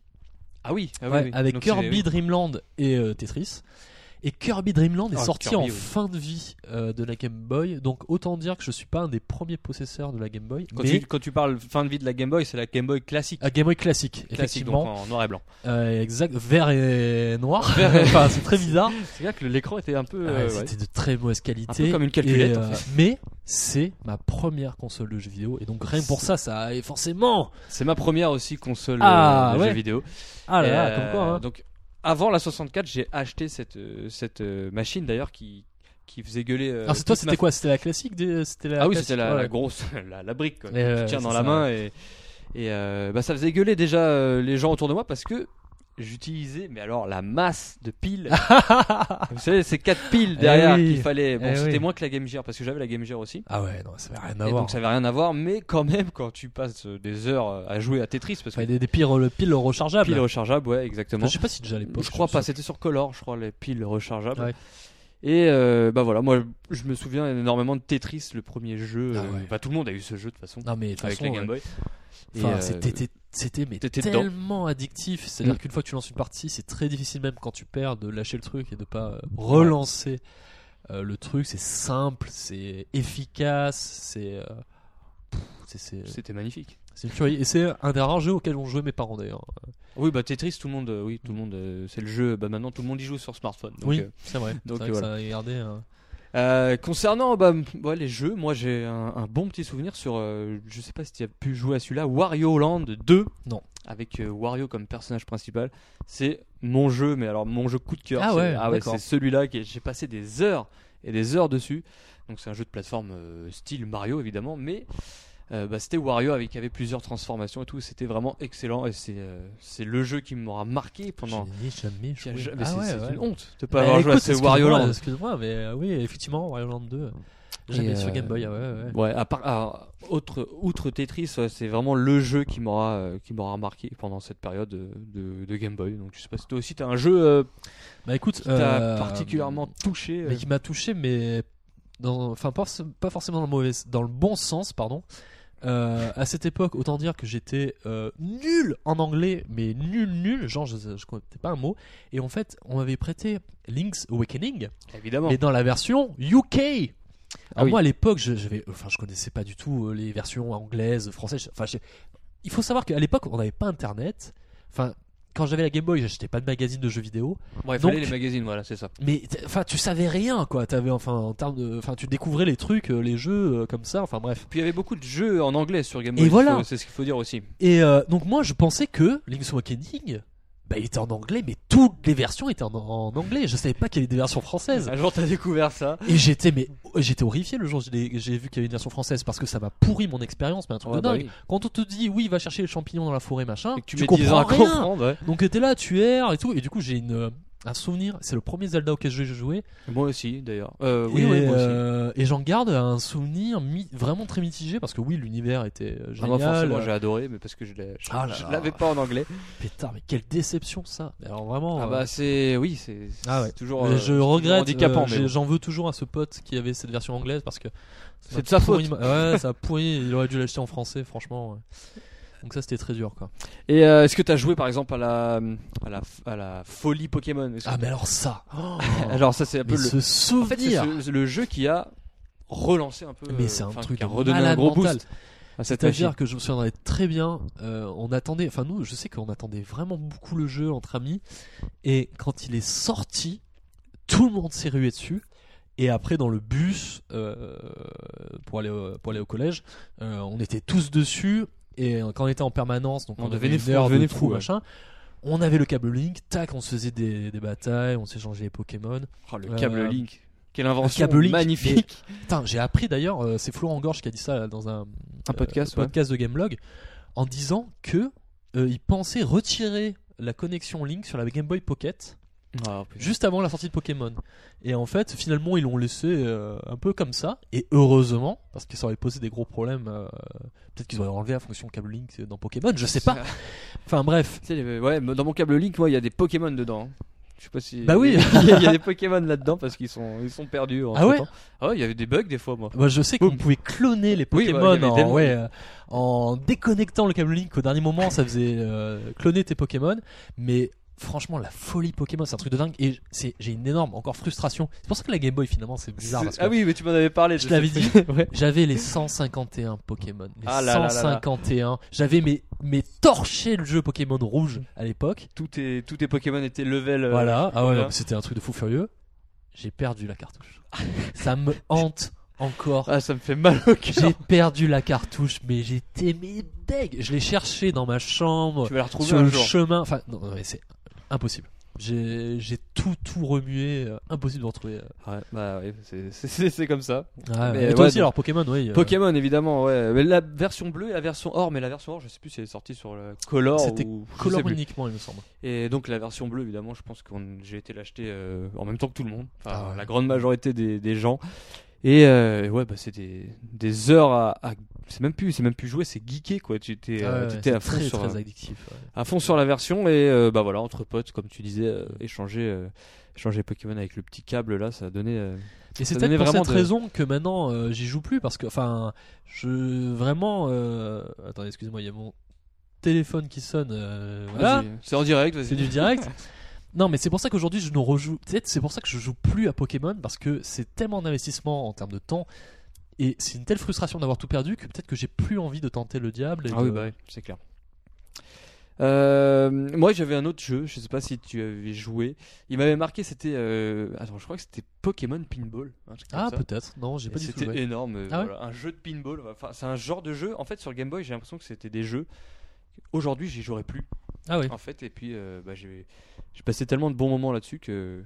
Ah oui, ah oui, Ouais, oui. avec Donc, c'est- Kirby, oui. Dreamland et euh, Tetris. Et Kirby Dream Land est Ah, sorti Kirby, en oui. fin de vie euh, de la Game Boy, donc autant dire que je suis pas un des premiers possesseurs de la Game Boy. Quand, mais tu, quand tu parles fin de vie de la Game Boy, c'est la Game Boy classique. à Game Boy classique, classique, donc effectivement, en noir et blanc. Euh, exact, vert et noir. (laughs) Vert et- (laughs) Enfin, c'est très bizarre. (laughs) C'est vrai que l'écran était un peu. euh, Ouais, Ah, C'était de très mauvaise qualité. Un peu comme une calculette, Et, euh, en fait. Mais c'est ma première console de jeux vidéo, et donc rien que pour ça, ça a et forcément. C'est ma première aussi console Ah, euh, de ouais. jeux vidéo. Ah là là, Euh, comme quoi. hein. Donc avant la 64, j'ai acheté cette euh, cette euh, machine d'ailleurs qui qui faisait gueuler. euh, Alors c'est toi, toute ma c'était quoi C'était la classique des- c'était la Ah oui, classique, c'était la, ouais. la grosse, (laughs) la, la brique quoi, Mais, que ouais, tu tiens c'est dans la ça, main et, et euh, bah, ça faisait gueuler déjà euh, les gens autour de moi parce que j'utilisais, mais alors la masse de piles. Vous savez, ces quatre piles Ah. Eh derrière oui. qu'il fallait. Bon, Eh c'était oui. moins que la Game Gear parce que j'avais la Game Gear aussi. (laughs) Ah ouais, non, ça avait rien à Et voir. donc ça avait rien à voir, mais quand même, quand tu passes euh, des heures euh, à jouer à Tetris, parce que Enfin, des, des piles, re- piles rechargeables. piles rechargeables, ouais, exactement. Enfin, je sais pas si déjà à l'époque. Je crois me pas, souviens. c'était sur Color, je crois, les piles rechargeables. Ouais. Et euh, bah voilà, moi je me souviens énormément de Tetris, le premier jeu. Ah euh, ouais. bah, tout le monde a eu ce jeu de toute façon, Non mais de toute avec façon, la Game ouais. Boy. Et, Enfin, euh, c'était c'était mais t'étais dedans. tellement addictif. C'est-à-dire Mm. qu'une fois que tu lances une partie, c'est très difficile même quand tu perds de lâcher le truc et de pas euh, relancer euh, le truc. C'est simple, c'est efficace, c'est euh, pff, c'est- c'est c'était magnifique. c'est une tuerie. Et c'est un des rares jeux auxquels ont joué mes parents d'ailleurs. Oui, bah Tetris, tout le monde, euh, oui, tout le monde, euh, c'est le jeu. Bah maintenant, tout le monde y joue sur smartphone. donc, oui, euh, c'est vrai. donc, C'est vrai que voilà. ça a gardé, hein. Euh, concernant bah, m- ouais, les jeux, moi j'ai un, un bon petit souvenir sur, euh, je sais pas si tu as pu jouer à celui-là, Wario Land 2. Non. Avec euh, Wario comme personnage principal. C'est mon jeu, mais alors mon jeu coup de cœur. Ah c'est- ouais, d'accord. c'est celui-là que j'ai passé des heures et des heures dessus. Donc c'est un jeu de plateforme euh, style Mario évidemment, mais euh, bah, c'était Wario avec qui avait plusieurs transformations et tout. C'était vraiment excellent et c'est euh, c'est le jeu qui m'aura marqué pendant. Je n'ai jamais qui a joué. ja- mais Ah c'est ouais, c'est ouais. une honte de pas Bah, avoir joué à écoute, ce Wario excuse-moi, Land. Excuse-moi, mais euh, oui, effectivement, Wario Land 2. euh, Jamais Et, sur euh, Game Boy, ah ouais, ouais. Ouais, à part, à- autre, outre Tetris, ouais, c'est vraiment le jeu qui m'aura euh, qui m'aura marqué pendant cette période euh, de, de Game Boy. Donc je sais pas si toi aussi t'as un jeu euh, Bah écoute, qui t'a euh, particulièrement touché. euh. mais qui m'a touché, mais dans, enfin pas, forc- pas forcément dans le mauvais, dans le bon sens, pardon. Euh, à cette époque, autant dire que j'étais euh, nul en anglais, mais nul nul, genre je, je connaissais pas un mot. Et en fait, on m'avait prêté Link's Awakening, Évidemment. mais dans la version UK. Ah Alors oui. moi à l'époque, je, j'avais- enfin je connaissais pas du tout euh, les versions anglaises, françaises. Enfin, je- il faut savoir qu'à l'époque, on n'avait pas Internet. Enfin, quand j'avais la Game Boy, j'achetais pas de magazine de jeux vidéo. Ouais, il donc- fallait les magazines, voilà, c'est ça. Mais t- enfin, tu savais rien, quoi. T'avais enfin en termes de, enfin, tu découvrais les trucs, euh, les jeux euh, comme ça. Enfin bref. Puis il y avait beaucoup de jeux en anglais sur Game Boy. Et il faut- voilà. C'est ce qu'il faut dire aussi. Et euh, donc moi, je pensais que Link's Awakening, bah, il était en anglais, mais toutes les versions étaient en, en anglais. Je savais pas qu'il y avait des versions françaises. Un jour t'as découvert ça. Et j'étais, mais oh, j'étais horrifié le jour où je l'ai- j'ai vu qu'il y avait une version française parce que ça m'a pourri mon expérience, mais un truc Ouais, de bah dingue. oui. Quand on te dit oui, va chercher les champignons dans la forêt, machin, Et que tu, mets 10 ans comprends à rien. comprendre. ouais. Donc t'es là, tu erres et tout. Et du coup, j'ai une euh, un souvenir, c'est le premier Zelda auquel j'ai joué. Moi aussi, d'ailleurs. Euh, oui, et oui, moi aussi. euh, et j'en garde un souvenir mi- vraiment très mitigé parce que oui, l'univers était euh, Ah, moi, génial. forcément, j'ai adoré, mais parce que je l'ai- je- Ah là je là. l'avais pas en anglais. Pétard, mais quelle déception ça. Mais Alors vraiment. Ah euh, bah, c'est. Oui, c'est c'est Ah ouais. toujours. mais euh, je c'est toujours regrette. handicapant, euh, mais j'ai- bon. J'en veux toujours à ce pote qui avait cette version anglaise parce que ça C'est m'a de sa pourri faute. ma- (laughs) Ouais, ça a pourri. Il aurait dû l'acheter en français, franchement. ouais. Donc ça, c'était très dur, quoi. Et euh, est-ce que t'as joué par exemple à la, à la, à la folie Pokémon Est-ce que- Ah mais alors ça. (laughs) Oh, Alors ça c'est un peu mais le, ce en fait, c'est souvenir. ce- le jeu qui a relancé un peu. mais euh, c'est un enfin, truc qui a de redonné un malade gros mental. boost à cette machine. C'est-à-dire que je me souviendrai très bien, euh, on attendait, enfin nous, je sais qu'on attendait vraiment beaucoup le jeu entre amis, et quand il est sorti, tout le monde s'est rué dessus, et après dans le bus, euh, pour, aller au, pour aller au collège, euh, on était tous dessus, et quand on était en permanence, donc On on, devenait devenait fou, une on heure devenait de trou, fou, ouais. machin, on avait le câble Link, tac, on se faisait des, des batailles, on s'échangeait les Pokémon. Oh, le euh, câble Link. Quelle invention câble Link, magnifique. Putain, j'ai appris d'ailleurs, euh, c'est Florent Gorge qui a dit ça là, dans un, Un podcast, ouais. podcast de Gameblog en disant que euh, il pensait retirer la connexion Link sur la Game Boy Pocket (laughs) Ah, putain. juste avant la sortie de Pokémon. Et en fait, finalement, ils l'ont laissé euh, un peu comme ça. Et heureusement, parce que ça aurait posé des gros problèmes. euh, Peut-être qu'ils auraient enlevé la fonction câble Link euh, dans Pokémon, je sais pas. Enfin (laughs) bref. Tu sais, les- ouais, mais dans mon câble Link, moi, il y a des Pokémon dedans. hein. Je sais pas si. Bah oui. (laughs) Il y a- il y (laughs) a des Pokémon là-dedans parce qu'ils sont, ils sont perdus. Ah ouais entre-temps. Ah ouais, il y avait des bugs des fois, moi. Moi, je sais Boum. qu'on pouvait cloner les Oui, bah, Pokémon il y avait en, tellement- ouais, euh, en déconnectant le câble Link au dernier moment, ça faisait euh, cloner tes Pokémon. Mais franchement la folie Pokémon, c'est un truc de dingue et c'est- j'ai une énorme encore frustration. C'est pour ça que la Game Boy finalement c'est bizarre parce que Ah oui, mais tu m'en avais parlé. Je de l'avais ce dit. truc. (laughs) Ouais. j'avais les 151 Pokémon, les Ah là là là là. 151, j'avais mes mes torchés le jeu Pokémon rouge à l'époque. Tous tes tous tes Pokémon étaient level. Mm. euh, voilà, ah ouais, voilà. non, mais c'était un truc de fou furieux. J'ai perdu la cartouche. (laughs) ça me hante encore. Ah, ça me fait mal (laughs) au cœur. (laughs) J'ai perdu la cartouche, mais j'étais mais deg. Je l'ai cherchée dans ma chambre, Tu vas la retrouver sur un le jour. chemin. Enfin, non, non, mais c'est impossible. J'ai j'ai tout tout remué, euh, impossible de retrouver. euh. Ouais, bah ouais, c'est- c'est c'est- c'est comme ça. Ah, Mais et ouais, toi aussi, donc- alors Pokémon, oui. euh, Pokémon évidemment, ouais. Mais la version bleue et la version or, mais la version or, je sais plus si elle est sortie sur le Color C'était ou je sais Color plus. uniquement, il me semble. Et donc la version bleue, évidemment, je pense que j'ai été l'acheter euh, en même temps que tout le monde, enfin, Ah ouais. la grande majorité des, des gens. Et euh, ouais, bah, c'est des, des heures à, à- c'est même plus, c'est même plus jouer, c'est geeker quoi. euh, Tu étais, Ah ouais, ouais, à c'est fond très, sur, très addictif. ouais. à fond sur la version et euh, bah voilà entre potes, comme tu disais, euh, échanger, euh, échanger Pokémon avec le petit câble là, ça donnait. euh, Et Ça c'est peut-être donnait pour vraiment cette de- raison que maintenant euh, j'y joue plus parce que, enfin, je vraiment. euh, Attendez, excusez-moi, il y a mon téléphone qui sonne. euh, Voilà, vas-y, c'est en direct, vas-y. c'est du direct. (laughs) Non, mais c'est pour ça qu'aujourd'hui je ne rejoue. Peut-être c'est pour ça que je joue plus à Pokémon parce que c'est tellement d'investissement en termes de temps et c'est une telle frustration d'avoir tout perdu que peut-être que j'ai plus envie de tenter le diable. Et Ah de- oui, bah oui, c'est clair. Euh, moi j'avais un autre jeu, je sais pas si tu avais joué. Il m'avait marqué, c'était. euh, Attends, je crois que c'était Pokémon Pinball. un truc comme Ah ça. peut-être. Non, j'ai Et pas du tout. C'était joué. énorme. euh, Ah ouais voilà, Un jeu de pinball. Enfin, c'est un genre de jeu. En fait, sur Game Boy, j'ai l'impression que c'était des jeux. Aujourd'hui, j'y jouerais plus. Ah oui. En fait, et puis euh, bah, j'ai j'ai passé tellement de bons moments là-dessus que,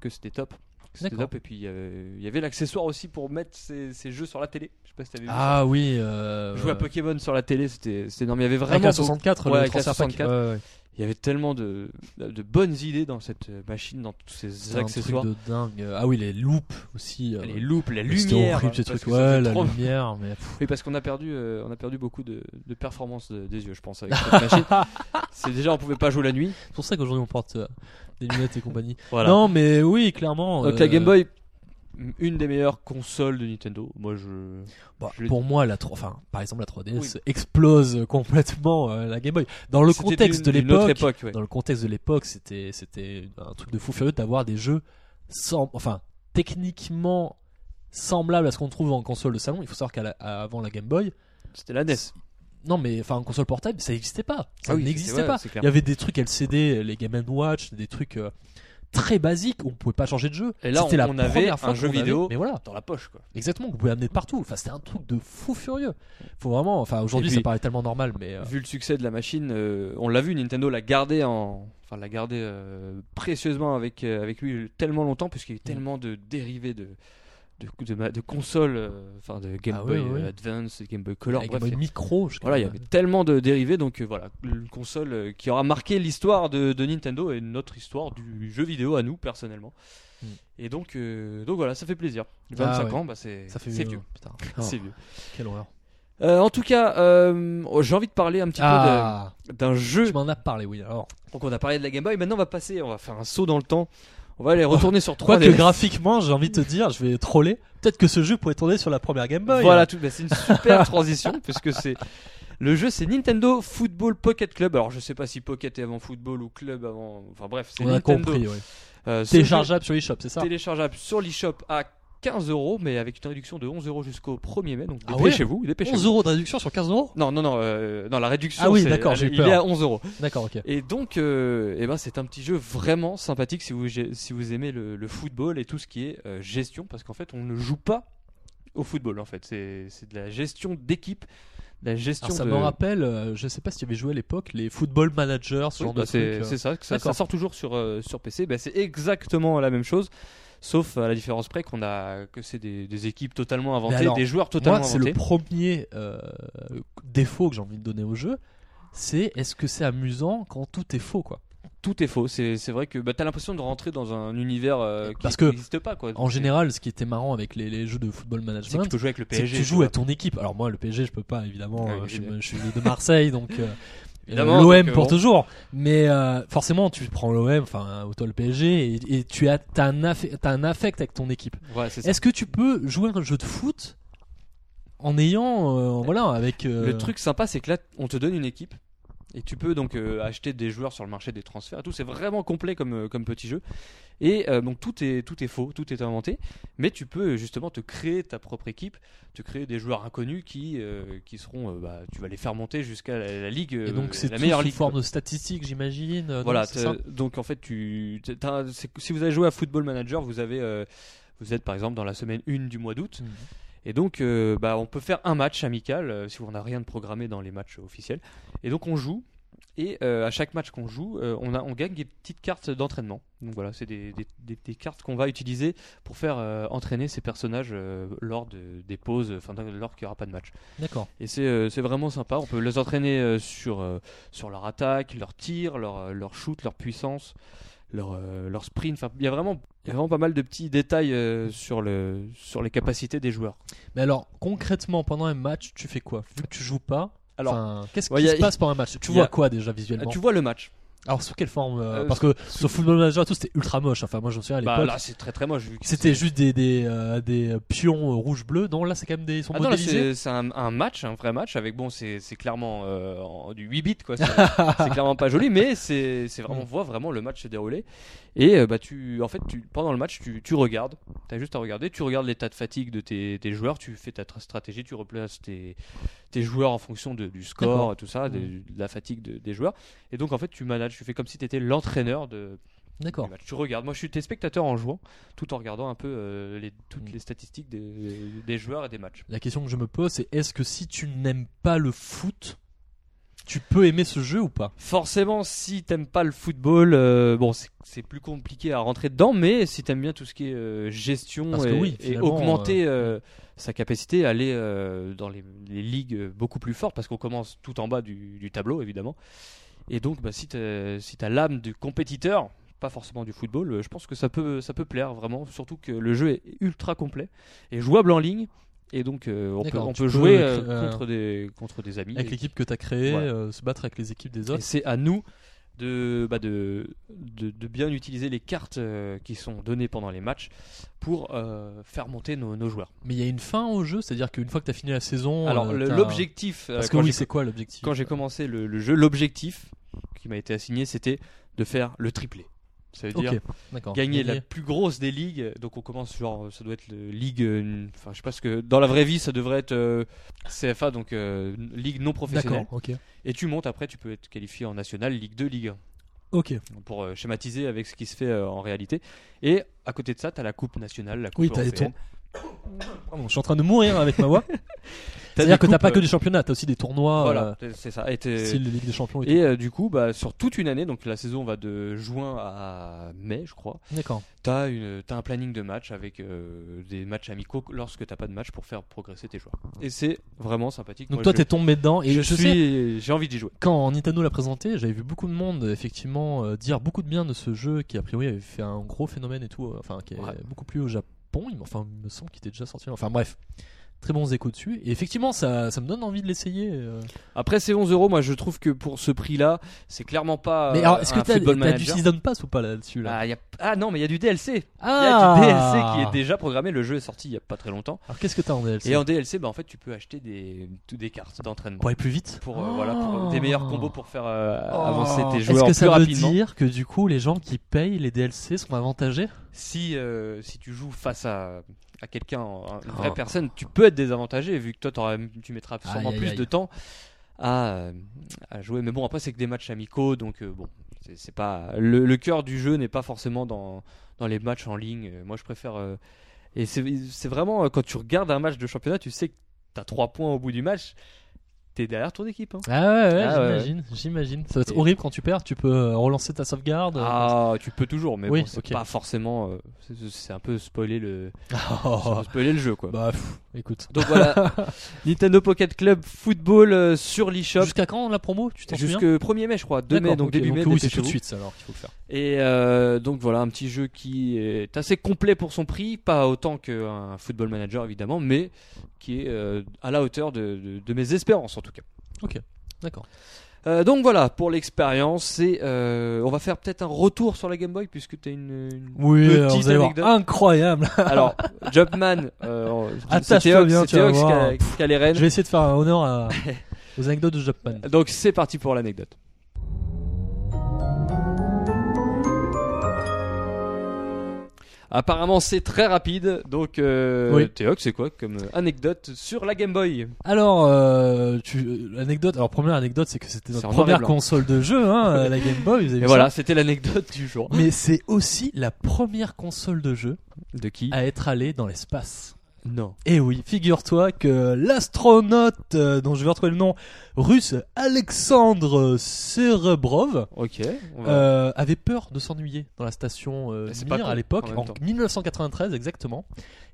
que c'était top. C'était D'accord. top. Et puis il y avait- il y avait l'accessoire aussi pour mettre ces, ces jeux sur la télé. Je sais pas si t'avais vu ça. Ah oui. Euh... Jouer à Pokémon sur la télé, c'était c'était énorme. Il y avait Avec vraiment. la beaucoup- 64, Ouais, le avec la transfert pack. 64. Ouais, ouais. Il y avait tellement de, de bonnes idées dans cette machine, dans tous ces C'est un accessoires. truc de dingue. Euh, Ah oui, les loupes aussi. euh, Les loupes, la C'était lumière. horrible ces parce trucs. que ça Ouais, fait (laughs) la trop- lumière, mais pff, Oui, parce qu'on a perdu, euh, on a perdu beaucoup de, de performance de- des yeux, je pense, avec cette (laughs) machine. C'est déjà, on pouvait pas jouer la nuit. c'est pour ça qu'aujourd'hui on porte euh, des lunettes et compagnie. Voilà. Non, mais oui, clairement. Donc euh, la Game Boy, une des meilleures consoles de Nintendo. Moi, je. bah, je l'ai- pour moi, la tro- enfin, par exemple, la 3DS Oui. explose complètement euh, la Game Boy. Dans le C'était contexte de d'une- d'une autre l'époque, époque, ouais. dans le contexte de l'époque, c'était c'était un truc de fou furieux d'avoir des jeux sans, enfin, techniquement semblables à ce qu'on trouve en console de salon. Il faut savoir qu'avant la Game Boy, C'était la NES. non, mais enfin, en console portable, ça n'existait pas. Ah Ça oui, n'existait c'était- ouais, pas. c'est Il clair. y avait des trucs LCD, les Game Watch, des trucs euh, très basiques où on pouvait pas changer de jeu. Et là, C'était on- la on avait première fois un qu'on jeu avait- vidéo. Mais voilà, Dans la poche, quoi. exactement, que vous pouvez amener de partout. Enfin, c'était un truc de fou furieux. Faut vraiment. Enfin, aujourd'hui, Et ça puis- paraît tellement normal, mais. euh, Vu le succès de la machine, euh, on l'a vu, Nintendo l'a gardé en. Enfin, l'a gardé euh, précieusement avec, euh, avec lui tellement longtemps, puisqu'il y a Mm. eu tellement de dérivés de. De, de, ma- de consoles, euh, enfin de Game Ah Boy ouais, ouais. euh, Advance, Game Boy Color, avec bref, un il y a- micro, je Voilà, il y crois. avait tellement de dérivés, donc euh, voilà, une console euh, qui aura marqué l'histoire de, de Nintendo et notre histoire du jeu vidéo à nous personnellement. Mm. Et donc, euh, donc voilà, ça fait plaisir. Ah 25 ouais. ans, bah, c'est Ça fait Oh. c'est vieux. Ah, Putain, C'est vieux. quelle horreur. Euh, en tout cas, euh, oh, j'ai envie de parler un petit Ah, peu de- d'un tu jeu. m'en as parlé, oui. Alors, Donc on a parlé de la Game Boy, maintenant on va passer, on va faire un saut dans le temps. On va aller retourner sur 3 quoique graphiquement, j'ai envie de te dire, je vais troller. Peut-être que ce jeu pourrait tourner sur la première Game Boy. Voilà, tout, bah, c'est une super (laughs) transition puisque c'est le jeu, c'est Nintendo Football Pocket Club. Alors je sais pas si Pocket est avant Football ou Club avant. Enfin bref, c'est on a Nintendo. compris. Ouais. Euh, ce jeu Téléchargeable sur eShop, c'est ça téléchargeable sur l'eShop à 15 euros, mais avec une réduction de 11 euros jusqu'au 1er mai. Donc Ah dépêchez-vous, dépêchez-vous. 11 euros de réduction sur 15 euros Non, non, non, euh, non, la réduction. Ah oui, c'est- d'accord, j'ai il peur. est à 11 euros. D'accord, ok. Et donc, euh, eh ben, c'est un petit jeu vraiment sympathique si vous, gé- si vous aimez le, le football et tout ce qui est euh, gestion, parce qu'en fait, on ne joue pas au football. En fait, c'est c'est de la gestion d'équipe, de la gestion Alors, Ah, de. ça me rappelle, euh, je sais pas si tu avais joué à l'époque, les football managers, ce Oui, genre bah, de c'est trucs. euh. c'est ça, que ça, ça D'accord. sort toujours sur, euh, sur PC. Bah, c'est exactement la même chose, sauf à la différence près qu'on a que c'est des, des équipes totalement inventées, alors, des joueurs totalement Moi, c'est le inventés. premier euh, défaut que j'ai envie de donner au jeu. C'est est-ce que c'est amusant quand tout est faux quoi Tout est faux. C'est c'est vrai que bah, t'as l'impression de rentrer dans un univers euh, qui Parce que, n'existe pas. Quoi. En C'est- général, ce qui était marrant avec les, les jeux de football c'est que tu management, peux jouer avec le c'est que PSG. tu joues vois. à ton équipe. Alors moi, le PSG, je peux pas évidemment. Ouais, euh, je, suis, évidemment. je suis né de Marseille, donc euh, Ah, (laughs) Évidemment, euh, l'OM donc, euh, pour bon. toujours. Mais euh, forcément, tu prends l'OM, enfin, ou toi le PSG, et, et tu as t'as un, affe- t'as un affect avec ton équipe. Ouais, c'est ça. Est-ce que tu peux jouer un jeu de foot en ayant, euh, voilà, avec euh, Le truc sympa, c'est que là, on te donne une équipe. Et tu peux donc euh, acheter des joueurs sur le marché des transferts et tout. C'est vraiment complet comme, euh, comme petit jeu. Et euh, donc tout est, tout est faux, tout est inventé. Mais tu peux justement te créer ta propre équipe, te créer des joueurs inconnus qui, euh, qui seront. euh, bah, tu vas les faire monter jusqu'à la, la ligue. Et euh, donc c'est la tout meilleure sous ligue. forme statistique, j'imagine. euh, Voilà, donc c'est ça. t'as- donc en fait, tu, t'as- c'est- si vous avez joué à Football Manager, vous, avez, euh, vous êtes par exemple dans la semaine 1 du mois d'août. Mhm. Et donc, euh, bah, on peut faire un match amical euh, si on n'a rien de programmé dans les matchs officiels. Et donc, on joue. Et euh, à chaque match qu'on joue, euh, on, a, on gagne des petites cartes d'entraînement. Donc voilà, c'est des, des- des- des cartes qu'on va utiliser pour faire euh, entraîner ces personnages euh, lors de- des pauses, enfin dans- lors qu'il n'y aura pas de match. D'accord. Et c'est euh, c'est vraiment sympa. On peut les entraîner euh, sur, euh, sur leur attaque, leur tir, leur, euh, leur shoot, leur puissance, leur, euh, leur sprint. Enfin, il y a vraiment il y a vraiment pas mal de petits détails euh, sur, le, sur les capacités des joueurs. Mais alors concrètement pendant un match, tu fais quoi Vu que tu joues pas. Alors, enfin, qu'est-ce ouais, qui y a- se passe pendant un match Tu y a- vois quoi déjà Euh, visuellement tu vois le match. Alors sous quelle forme euh, Euh, Parce que sur Football Manager et tout c'était ultra moche. Enfin moi je me souviens à Bah, l'époque. là, c'est très très moche. vu que C'était c'est- juste des, des, euh, des pions euh, rouge-bleu. Non, là, c'est quand même des. Ils sont Ah non, là, modélisés. c'est c'est un, un match, un vrai match. Avec bon, c'est c'est clairement euh, en- du 8 bits (laughs) quoi. C'est c'est clairement pas joli, mais c'est c'est vraiment on voit vraiment le match se dérouler. Et euh, bah tu, en fait, tu pendant le match, tu, tu regardes. T'as juste à regarder. Tu regardes l'état de fatigue de tes, tes joueurs. Tu fais ta tra- stratégie. Tu replaces tes tes joueurs en fonction de- du score D'accord. et tout ça, de, de la fatigue de- des joueurs. Et donc en fait, tu manages. Tu fais comme si t'étais l'entraîneur de D'accord. du match. Tu regardes. Moi, je suis tes spectateurs en jouant, tout en regardant un peu euh, les, toutes Mm. les statistiques des, des joueurs et des matchs. La question que je me pose, c'est est-ce que si tu n'aimes pas le foot, tu peux aimer ce jeu ou pas Forcément, si t'aimes pas le football, euh, bon, c'est- c'est plus compliqué à rentrer dedans, mais si t'aimes bien tout ce qui est euh, gestion Parce que et, oui, et finalement, augmenter euh, sa capacité à aller euh, dans les, les ligues euh, beaucoup plus fortes, parce qu'on commence tout en bas du, du tableau, évidemment. Et donc, bah, si t'as si t'as l'âme du compétiteur, pas forcément du football, euh, je pense que ça peut, ça peut plaire vraiment, surtout que le jeu est ultra complet et jouable en ligne. Et donc, euh, on peut, D'accord, on tu peut peux, jouer euh, euh, cré- euh, contre, des, contre des amis. Avec et- l'équipe que tu as créée, Voilà. euh, se battre avec les équipes des et autres. c'est à nous de, bah, de, de, de bien utiliser les cartes euh, qui sont données pendant les matchs pour euh, faire monter nos, nos joueurs. Mais il y a une fin au jeu, c'est-à-dire qu'une fois que tu as fini la saison. Alors euh, le- t'as- l'objectif, euh, Parce que quand oui, j'ai- c'est quoi l'objectif quand j'ai commencé le, le jeu, l'objectif qui m'a été assigné, c'était de faire le triplé. Ça veut Ok, dire d'accord. gagner la plus grosse des ligues. Donc on commence genre, ça doit être le ligue, euh, enfin je sais pas ce que, dans la vraie vie ça devrait être euh, CFA, donc euh, ligue non D'accord, professionnelle. ok. Et tu montes après, tu peux être qualifié en national, ligue 2, ligue 1. Ok, pour euh, schématiser avec ce qui se fait euh, en réalité. Et à côté de ça, tu as la Coupe nationale, la Coupe oui, t'as des européenne. tours. Pardon, je suis en train de mourir avec ma voix. (laughs) T'as C'est-à-dire des que t'as coupes, pas que euh, des championnats, t'as aussi des tournois, Voilà, c'est ça. Et, euh, t'es- style Ligue des Champions. Et et, euh, du coup, bah, sur toute une année, donc la saison va de juin à mai, je crois, tout. D'accord. tu as, un planning de match avec euh, des matchs amicaux lorsque t'as pas de match pour faire progresser tes joueurs. Et c'est vraiment sympathique. Donc Moi, toi, je- t'es tombé dedans. Et je je sais, suis- j'ai envie d'y jouer. quand Nintendo l'a présenté, j'avais vu beaucoup de monde euh, effectivement euh, dire beaucoup de bien de ce jeu qui a priori avait fait un gros phénomène et tout, euh, enfin qui est Ouais. beaucoup plus au Japon, il, m- enfin il me semble qu'il était déjà sorti, enfin bref, très bons échos dessus. Et effectivement, ça, ça me donne envie de l'essayer. euh. Après, c'est 11 euros. Moi, je trouve que pour ce prix-là, c'est clairement pas. Mais euh, alors, est-ce que un t'as football t'as du manager. season pass ou pas là-dessus là, Ah Ah, y a- ah non, mais il y a du DLC. Ah, Il y a du DLC qui est déjà programmé, le jeu est sorti il y a pas très longtemps. Alors qu'est-ce que t'as en DLC Et en DLC, bah, en fait, tu peux acheter des, tout- des cartes d'entraînement Pour aller plus vite. pour, euh, voilà, pour euh, des meilleurs combos pour faire euh, Oh. avancer tes Est-ce joueurs que plus ça veut rapidement. dire que du coup les gens qui payent les DLC sont avantagés Si, euh, si tu joues face à, à quelqu'un, un- une vraie Oh. personne, tu peux être désavantagé vu que toi, t'auras- tu mettras sûrement Aïe, aïe, plus aïe. de temps à, euh, à jouer. Mais bon, après, c'est que des matchs amicaux, donc euh, bon, c'est c'est pas le, le cœur du jeu n'est pas forcément dans, dans les matchs en ligne. Euh, Moi, je préfère. euh, et c'est c'est vraiment euh, quand tu regardes un match de championnat, tu sais que t'as trois points au bout du match. T'es derrière ton équipe. hein. Ah ouais, ouais, Ah ouais, ouais. j'imagine, j'imagine. Ça va être Et- horrible quand tu perds, tu peux euh, relancer ta sauvegarde. euh, Ah, tu peux toujours, mais Oui, bon, c'est ok. pas forcément. euh, c'est- c'est un peu spoiler le, (laughs) c'est un Oh, peu spoiler le jeu, quoi. bah pff, écoute. Donc voilà, (laughs) Nintendo Pocket Club Football euh, sur l'eShop Jusqu'à quand la promo Tu t'en jusque souviens 1er mai je crois, 2 mai D'accord, donc ok, début mai. Oui, c'est tout dépêchez-vous. de suite ça, alors qu'il faut le faire. Et euh, donc voilà, un petit jeu qui est assez complet pour son prix, pas autant qu'un football manager évidemment, mais qui est euh, à la hauteur de, de- de mes espérances en tout cas. D'accord. Euh, donc voilà, pour l'expérience, c'est euh, on va faire peut-être un retour sur la Game Boy puisque tu as une, une (laughs) Oui, euh, petite vous allez voir, anecdote. incroyable. Alors, Jumpman, euh, Attache-toi c'était Ox- bien, tu c'était vas Ox qui a- voir. qui a les rênes. (laughs) Je vais essayer de faire un honneur à- aux anecdotes de Japan. Donc c'est parti pour l'anecdote. Apparemment, c'est très rapide. Donc, euh, Oui. Théox, c'est quoi comme euh, anecdote sur la Game Boy Alors, euh, tu, anecdote. Alors première anecdote, c'est que c'était C'est notre en noir et première blanc. console de (laughs) jeu, hein, la Game Boy. Vous avez Et vu voilà, ça c'était l'anecdote du jour. Mais c'est aussi la première console de jeu De qui à être allée dans l'espace. Ah, Non. Et Eh oui, figure-toi que l'astronaute euh, dont je vais retrouver le nom russe Alexandre Serebrov Ok. on va- euh, avait peur de s'ennuyer dans la station euh, Et c'est Mir pas con, à l'époque, en même en, temps. 1993 exactement.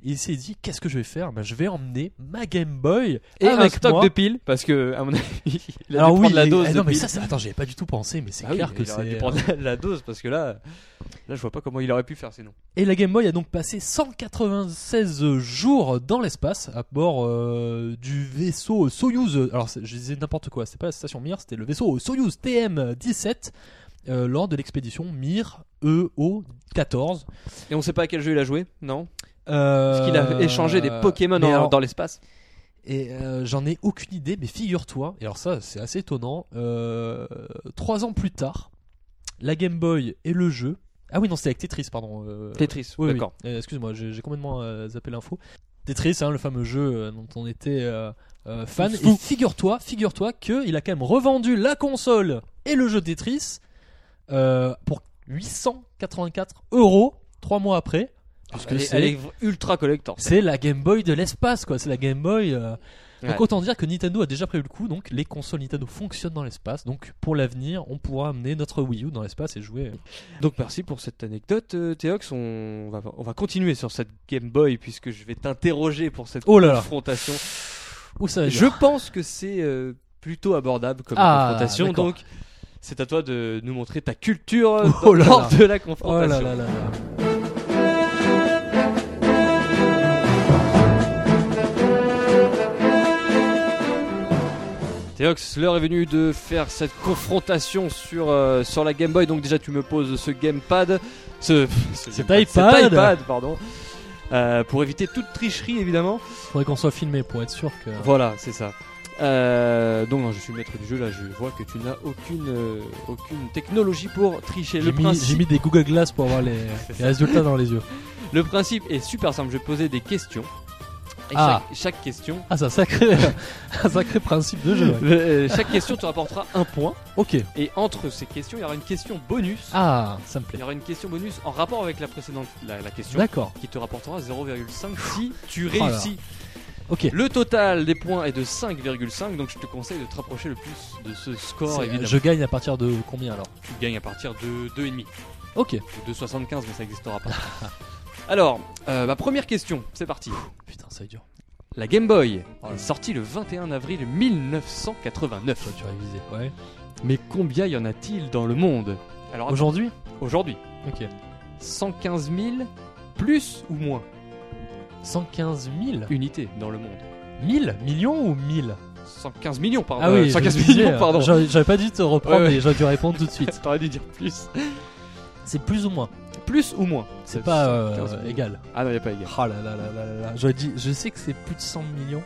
Et il s'est dit qu'est-ce que je vais faire Ben, Je vais emmener ma Game Boy Et un avec stock moi. de piles, parce que, à mon avis, (laughs) il a Alors dû oui, prendre la il- dose. ah de non mais piles. ça, c'est- attends, j'avais pas du tout pensé, mais c'est Ah oui, clair que il aurait dû c'est. euh, prendre la, la dose, parce que là, là, je vois pas comment il aurait pu faire sinon. Et la Game Boy a donc passé 196 jours dans l'espace à bord euh, du vaisseau Soyuz. Alors c'est- je disais n'importe quoi, c'était pas la station Mir, c'était le vaisseau Soyuz TM-17 euh, lors de l'expédition Mir E EO-14. Et on sait pas à quel jeu il a joué, non Euh, Parce qu'il a échangé des Pokémon mais en- alors- dans l'espace. Et euh, j'en ai aucune idée, mais figure-toi, et alors ça c'est assez étonnant, euh, trois ans plus tard, la Game Boy et le jeu. Ah oui, non, c'était avec Tetris, pardon. euh, Tetris, oui, oui. d'accord. Euh, Excuse-moi, j'ai j'ai complètement euh, zappé l'info. Tetris, hein, le fameux jeu euh, dont on était euh, euh, fan. Fou. Et figure-toi, figure-toi qu'il a quand même revendu la console et le jeu Tetris euh, pour 884 euros trois mois après. Ah, Parce que Elle est- c'est- elle est ultra collector. c'est la Game Boy de l'espace, quoi. C'est la Game Boy. euh. Donc Ouais. autant dire que Nintendo a déjà prévu le coup. Donc les consoles Nintendo fonctionnent dans l'espace. Donc pour l'avenir, on pourra amener notre Wii U dans l'espace et jouer. euh, Donc merci pour cette anecdote, euh, Théox. On va, on va continuer sur cette Game Boy puisque je vais t'interroger pour cette Oh là Euh, là. confrontation. Où ça va Je pense que c'est euh, plutôt abordable comme Ah, confrontation. d'accord. Donc c'est à toi de nous montrer ta culture euh, Oh là lors là. de la Oh là confrontation. là là là. Théox, l'heure est venue de faire cette confrontation sur, euh, sur la Game Boy. Donc déjà tu me poses ce gamepad, ce, ce Cet gamepad, iPad. cet iPad, pardon, Euh, pour éviter toute tricherie évidemment. Faudrait qu'on soit filmé pour être sûr que. Voilà, c'est ça. Euh, donc non, je suis maître du jeu là, je vois que tu n'as aucune, euh, aucune technologie pour tricher. J'ai Le mis, j'ai principe, mis des Google Glass pour (laughs) avoir les, les résultats dans les yeux. le principe est super simple, je vais te poser des questions. Et Ah. chaque, chaque question, Ah, c'est un sacré, (laughs) un sacré principe de jeu. ouais. le- euh, chaque question te rapportera un point. Ok. Et entre ces questions, il y aura une question bonus. Ah, ça me Il plaît. y aura une question bonus en rapport avec la précédente la, la question D'accord. qui te rapportera 0,5 si tu Oh là. réussis. Ok. Le total des points est de 5,5 donc je te conseille de te rapprocher le plus de ce score C'est- euh, évidemment. Je gagne à partir de combien alors Tu gagnes à partir de 2,5. Ok. ou de 75, mais ça n'existera pas. (laughs) Alors, euh, ma première question, c'est parti. Putain, ça va être dur. La Game Boy Oh là. est sortie le 21 avril 1989. Toi, tu as révisé. Ouais. Mais combien y en a-t-il dans le monde Alors, attends, Aujourd'hui aujourd'hui, Ok. 115 000 plus ou moins 115 000 unités dans le monde. 1000 Millions ou 1000 115 millions, pardon. Ah oui, Euh, 115 je me disais, millions, pardon. J'aurais j'aurais pas dû te reprendre Ouais, ouais. et j'aurais dû répondre tout (laughs) de suite. T'aurais dû dire plus. C'est plus ou moins. Plus ou moins C'est pas euh, 115 millions. égal. Ah non, y a pas égal. Ah là là là là là là. J'aurais dit, je sais que c'est plus de 100 millions.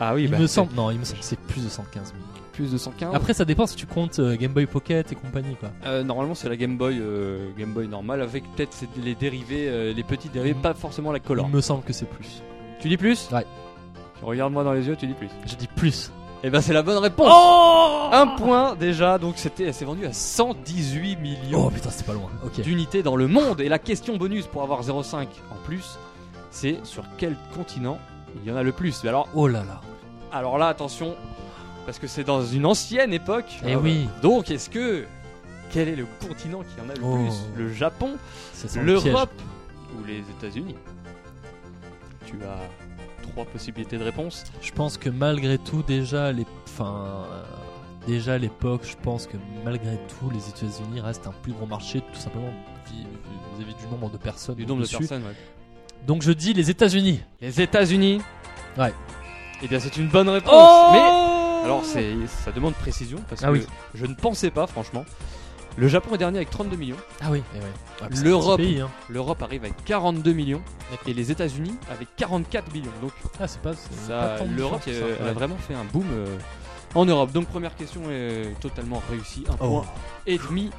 Ah oui, il bah, me c'est semble. Ah. Non, il me semble que c'est plus de 115 millions. Plus de 115. Après, ça dépend si tu comptes euh, Game Boy Pocket et compagnie, quoi. Euh, normalement, c'est la Game Boy, euh, Game Boy normale avec peut-être ses- les dérivés, euh, les petits dérivés, Mm. pas forcément la color. Il me semble que c'est plus. Tu dis plus Ouais. Tu Regarde-moi dans les yeux, tu dis plus. J'ai dit plus. Et ben, c'est la bonne réponse. Oh Un point déjà, donc c'était, elle s'est vendue à 118 millions Oh putain, c'est pas loin. Ok. d'unités dans le monde. Et la question bonus pour avoir 0,5 en plus, c'est sur quel continent il y en a le plus. Mais alors, Oh là là. alors là, attention, parce que c'est dans une ancienne époque. Eh Ah, oui. bah. Donc, est-ce que quel est le continent qui en a le Oh. plus Le Japon Ça sent le L'Europe ou les États-Unis Tu as trois possibilités de réponse. piège. Je pense que malgré tout, déjà les. Enfin. euh, Déjà à l'époque, je pense que malgré tout, les États-Unis restent un plus gros marché, tout simplement vis- vis-à-vis du nombre de personnes. Du nombre de dessus. personnes, ouais. Donc je dis les États-Unis. Les États-Unis Ouais. Eh bien, c'est une bonne réponse. Oh mais Mais alors, c'est ça demande précision parce Ah que oui. je ne pensais pas, franchement. Le Japon est dernier avec 32 millions. Ah oui. eh ouais. Ah, c'est un L'Europe. petit pays, hein. L'Europe arrive avec 42 millions. D'accord. Et les États-Unis avec 44 millions. Donc, Ah c'est pas. c'est ça, pas tant de l'Europe chance, euh, ça. elle a Ouais. vraiment fait un boom euh, en Europe. Donc, première question est totalement réussie. Un Oh, point et demi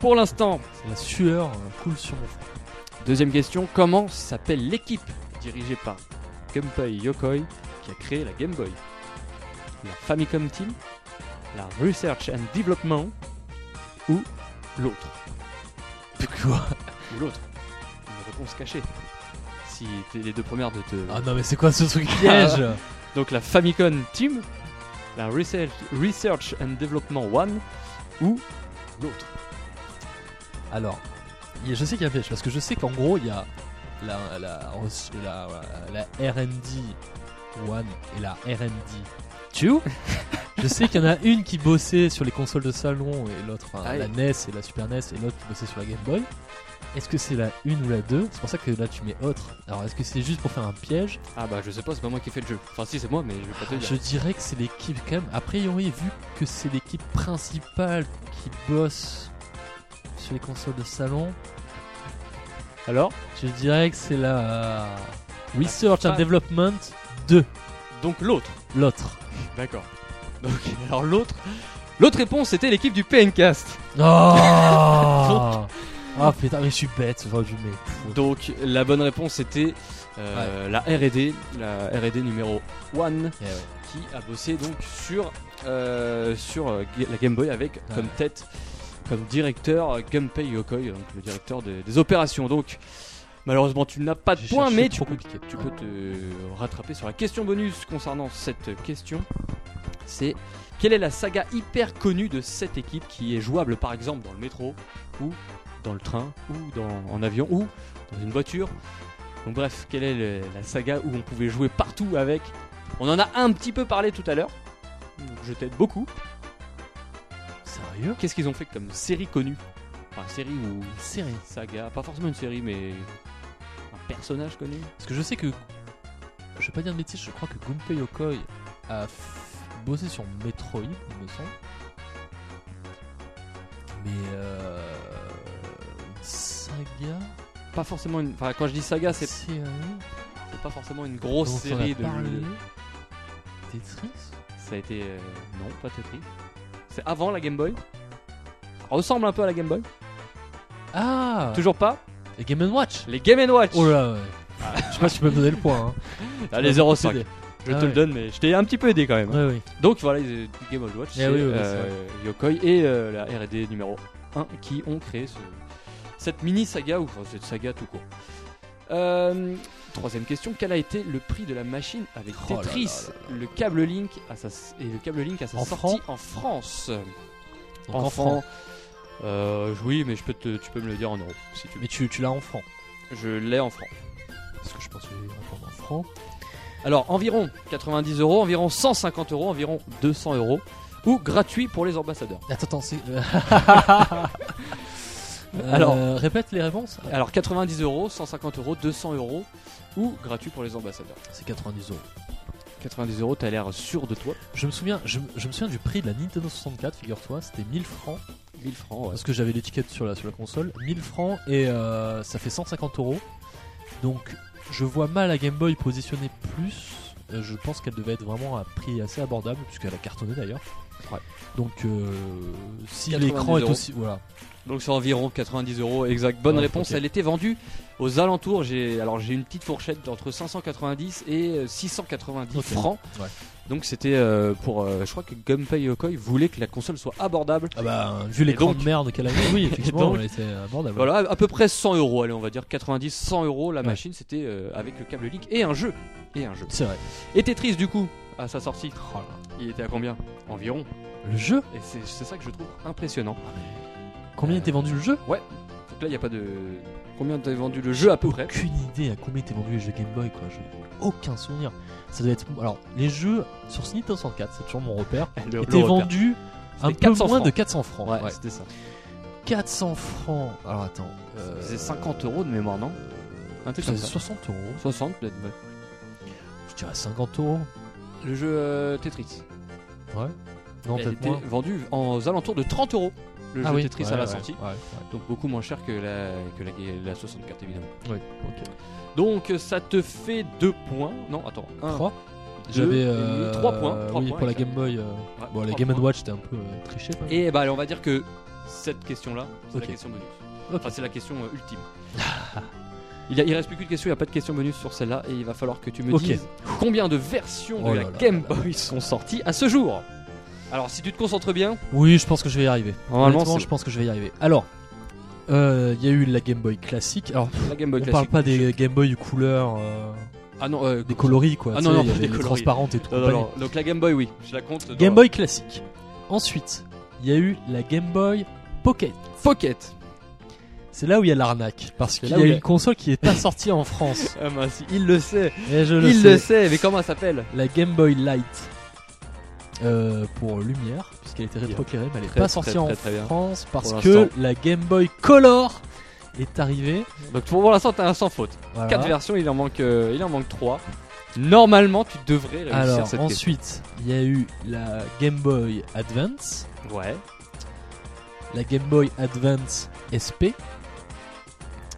pour l'instant. c'est la sueur euh, coule sur mon front. Deuxième question, comment s'appelle l'équipe dirigée par Gunpei Yokoi qui a créé la Game Boy La Famicom Team La Research and Development Ou l'autre Quoi Ou l'autre Une réponse cachée. Si t'es les deux premières de te... Ah non, mais c'est quoi ce truc piège Donc la Famicom Team, la Research, Research and Development One ou l'autre. Alors, il y a- je sais qu'il y a un piège parce que je sais qu'en gros, il y a la, la, la, la RD 1 et la RD 2. je sais qu'il y en a une qui bossait sur les consoles de salon et l'autre, enfin, Ah oui. la NES et la Super NES et l'autre qui bossait sur la Game Boy. Est-ce que c'est la 1 ou la 2 C'est pour ça que là tu mets autre. Alors est-ce que c'est juste pour faire un piège Ah bah je sais pas, c'est pas moi qui fais le jeu. Enfin si c'est moi mais je vais pas te dire. Je dirais que c'est l'équipe quand même. A priori, vu que c'est l'équipe principale qui bosse sur les consoles de salon, Alors Je dirais que c'est la Research La and femme. Development 2, Donc l'autre. l'autre. D'accord. Donc (laughs) alors l'autre. L'autre réponse c'était l'équipe du PNcast. Oh (laughs) Ah putain, mais je suis bête, j'aurais dû mais pff, Donc la bonne réponse c'était euh, la R&D, la R&D numéro 1 eh ouais. qui a bossé donc sur euh, sur euh, Ga- la Game Boy avec comme tête comme directeur euh, Gunpei Yokoi, donc le directeur de- des opérations. Donc malheureusement tu n'as pas de J'ai point cherché mais tu trop peux compliqué. tu peux te rattraper sur la question bonus concernant cette question. C'est quelle est la saga hyper connue de cette équipe qui est jouable par exemple dans le métro ou dans le train ou dans, en avion ou dans une voiture Donc bref, quelle est le- la saga où on pouvait jouer partout avec On en a un petit peu parlé tout à l'heure. Je t'aide beaucoup. Sérieux Qu'est-ce qu'ils ont fait comme série connue Enfin série ou Sérieux saga, pas forcément une série mais un personnage connu. Parce que je sais que. Je vais pas dire de bêtises, je crois que Gunpei Yokoi a f- bossé sur Metroid, il me semble. Mais euh. Une saga Pas forcément une... Enfin quand je dis saga Ah, c'est Série C'est pas forcément une grosse dont on série a de parlé. jeux. Tetris Ça a été. euh, non, pas Tetris. C'est avant la Game Boy. Ça Ressemble un peu à la Game Boy. Ah Toujours pas. Et Game Watch Les Game Watch. Oh là ouais. Je sais pas si tu peux me donner le point. Hein. Ah. Allez, 0,5. Je te Ah le ouais. donne, mais je t'ai un petit peu aidé quand même. Ouais, ouais. Donc voilà, les euh, Game of Watch, Eh c'est, oui, oui, euh, Yokoi et euh, la R&D numéro 1 qui ont créé ce- cette mini saga ou enfin, cette saga tout court. Euh, troisième question, quel a été le prix de la machine avec Oh là Tetris, là là là. le câble Link à sa, et le câble Link à sa En sortie francs en France Donc en Enfant. francs. Euh, oui, mais je peux te- tu peux me le dire en euros si tu veux. Mais tu, tu l'as en franc. Je l'ai en francs. Parce que je pense que j'ai répondu en franc. Alors environ 90 euros, environ 150 euros, environ 200 euros ou gratuit pour les ambassadeurs. Attends, attends, c'est. euh. (laughs) Alors. Alors, Euh, répète les réponses. Ah, Alors 90 euros, 150 euros, 200 euros ou gratuit pour les ambassadeurs. C'est 90 euros. 90 euros, t'as l'air sûr de toi. Je me souviens, je, me- je me souviens du prix de la Nintendo 64. Figure-toi, c'était 1000 francs 1000 francs, ouais. parce que j'avais l'étiquette sur la sur la console. 1000 francs et euh, ça fait 150 euros. Donc, je vois mal la Game Boy positionnée plus. Euh, je pense qu'elle devait être vraiment à prix assez abordable puisqu'elle a cartonné d'ailleurs. Ouais. Donc, euh, si 90 l'écran est euros. aussi, voilà. Donc c'est environ 90 euros, exact. Bonne Ouais, réponse, ok. elle était vendue aux alentours. J'ai alors j'ai une petite fourchette entre 590 et euh, 690 Ok. francs. Ouais. Donc c'était euh, pour, euh, je crois que Gunpei Yokoi voulait que la console soit abordable. Ah bah, vu l'écran donc- de merde qu'elle a mis, (laughs) oui, effectivement, donc- elle était abordable. Voilà, à peu près 100 euros, allez, on va dire 90, 100 euros la Ouais. machine. C'était euh, avec le câble Link et un jeu, et un jeu. C'est vrai. Et Tetris du coup à sa sortie, Oh il était à combien Environ. Le jeu Et c'est c'est ça que je trouve impressionnant. Combien Euh, était vendu le jeu Donc là, il n'y a pas de. Combien t'as vendu le jeu à (laughs) peu près Aucune idée à combien était vendu les jeux Game Boy, quoi. Je aucun souvenir. Ça doit être. Alors, les jeux sur Nintendo 64, c'est toujours mon repère, Le- étaient le repère. vendus un C'était peu 400 moins francs. de 400 francs. Ouais, ouais. c'était ça. 400 francs. Alors attends. euh, C'est 50 euros de mémoire, non Un truc ça comme faisait ça. 60 euros. 60 peut-être. Je dirais 50 euros. Le jeu euh, Tetris. Ouais. Non, Il peut-être était moins. vendu en, aux alentours de 30 euros. Le Ah jeu oui, Tetris ouais, à la ouais, sortie. ouais, ouais. Donc beaucoup moins cher que la, que la, la 64 évidemment. Ouais, ok. Donc ça te fait 2 points. Non, attends. 1, Trois. J'avais euh, 3 points. trois oui, points, pour la exact. Game Boy. euh, Ouais, Bon, la trois Game points. Watch, t'es un peu euh, triché. quoi. Et bah, allez, on va dire que cette question-là, c'est Ok. la question bonus. Ok. Enfin, c'est la question euh, ultime. (laughs) Il, y a- il reste plus qu'une question, il n'y a pas de question bonus sur celle-là et il va falloir que tu me Ok. dises combien de versions Oh de là la là Game là là. Boy sont sorties à ce jour. Alors si tu te concentres bien, Oui, je pense que je vais y arriver. Normalement, Honnêtement, c'est- je pense que je vais y arriver. Alors, euh, il y a eu la Game Boy classique. Alors, la Game Boy on classique. parle pas des Game Boy couleurs, euh, Ah non, euh, des coloris quoi. Ah tu non, sais, non, il y pas avait des les coloris. transparentes et tout. non, non, compagnie. non. Donc la Game Boy, oui, je la compte. dans Game la- Boy classique. Ensuite, il y a eu la Game Boy Pocket. Pocket. C'est là où il y a l'arnaque, parce qu'il y là a où une la- console qui n'est pas sortie en France. (laughs) Ah mince, il le sait. Et je le il sais. le sait, mais comment elle s'appelle La Game Boy Light euh, pour lumière, puisqu'elle était rétroéclairée, mais elle n'est Très, pas très, sortie très, en très bien. France parce Pour que l'instant. la Game Boy Color est arrivée. Donc pour l'instant, t'as un sans faute. Voilà. 4 versions, il en manque, euh, il en manque 3. Normalement, tu devrais réussir Alors cette ensuite, il y a eu la Game Boy Advance, question. Ouais. la Game Boy Advance SP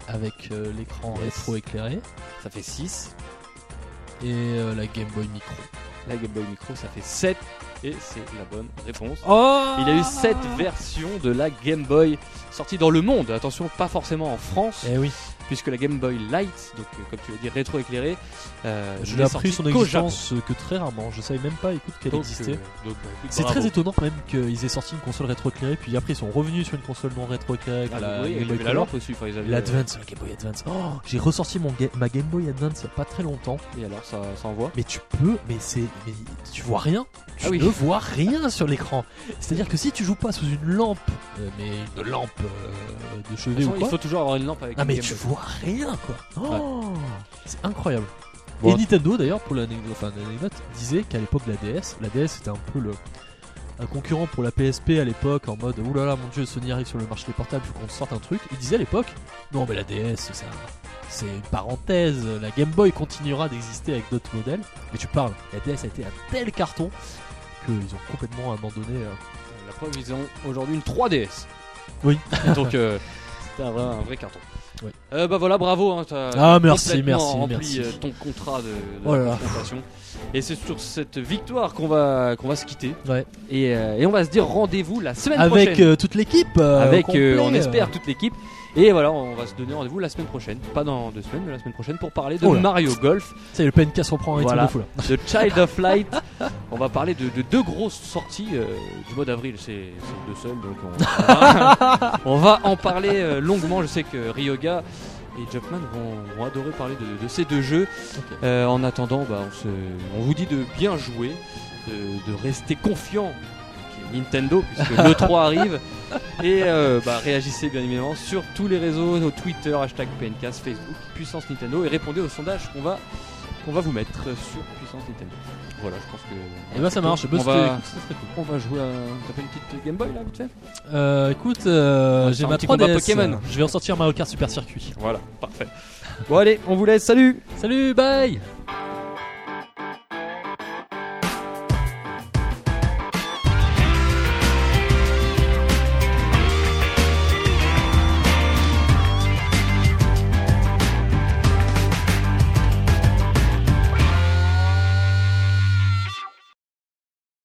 avec euh, l'écran Yes. rétroéclairé Ça fait 6. et euh, la Game Boy Micro. La Game Boy Micro, ça fait 7. Et c'est la bonne réponse. Oh Il y a eu 7 versions de la Game Boy sorties dans le monde. Attention, pas forcément en France, Eh oui, puisque la Game Boy Light, donc euh, comme tu l'as dit, rétroéclairée, euh, je n'ai l'ai appris son sortie qu'au Japon. existence euh, que très rarement. Je savais même pas, écoute, qu'elle Donc, existait. euh, donc, bah, écoute, C'est bravo. très étonnant quand même qu'ils aient sorti une console rétroéclairée, puis après ils sont revenus sur une console non rétroéclairée. avec Ah, la oui, euh, Game il y Boy avait la Color. lampe aussi. enfin, ils avaient- L'Advance, la Game Boy Advance. Oh, j'ai ressorti mon Ga- ma Game Boy Advance il y a pas très longtemps. Et alors, ça, ça envoie. Mais tu peux, mais c'est, mais tu vois rien. Tu Ah oui. ne vois rien sur l'écran. C'est-à-dire que si tu joues pas sous une lampe, euh, mais une lampe euh, de De chevet toute ou façon, il quoi, faut toujours avoir une lampe avec ah une mais Game tu Boy. vois rien quoi. Oh, c'est incroyable. Bon. Et Nintendo d'ailleurs pour l'anecdote, enfin, l'anecdote, disait qu'à l'époque de la DS, la DS c'était un peu le un concurrent pour la PSP à l'époque en mode oulala mon dieu Sony arrive sur le marché des portables faut qu'on sorte un truc. Il disait à l'époque non mais la DS c'est un- c'est une parenthèse, la Game Boy continuera d'exister avec d'autres modèles. Mais tu parles, la DS a été un tel carton qu'ils ont complètement abandonné. euh, La preuve, ils ont aujourd'hui une 3DS. Oui. Donc, (laughs) euh, c'était un vrai, un vrai carton. Ouais. Euh, bah voilà, bravo. Hein, t'as Ah, merci, complètement merci, rempli, merci. euh, ton contrat de, de Oh là là. confrontation. Et c'est sur cette victoire qu'on va, qu'on va se quitter. Ouais. Et, euh, et on va se dire rendez-vous la semaine Avec prochaine. euh, toute l'équipe euh, au avec, euh, complet, on euh. espère, toute l'équipe. Et voilà, on va se donner rendez-vous la semaine prochaine. Pas dans deux semaines, mais la semaine prochaine pour parler de Oh là. Mario Golf, C'est le PNK se reprend un rythme Voilà. de fou là. (laughs) de Child of Light. on va parler de, de deux grosses sorties euh, du mois d'avril. C'est c'est deux seules, donc on, on va, on (laughs) va en parler euh, longuement. Je sais que Ryoga et Jumpman vont, vont adorer parler de, de ces deux jeux. Ok. Euh, en attendant, bah, on, se- on vous dit de bien jouer, de, de rester confiant. qui est Nintendo, puisque le (laughs) 3 arrive. Et euh, bah, réagissez bien évidemment sur tous les réseaux, nos Twitter, hashtag PNCast, Facebook, Puissance Nintendo, et répondez au sondage qu'on va, qu'on va vous mettre sur Puissance Nintendo. Voilà, je pense que. Et bah ça marche, On Buzz, va- écoute, ça serait cool. On va jouer à. T'as pas une petite Game Boy là, vite fait Euh, écoute, euh, Ouais, c'est j'ai un ma petit combat 3DS. Pokémon. Je vais ressortir Mario Kart Super Circuit. Voilà, parfait. Bon, allez, on vous laisse, salut Salut, bye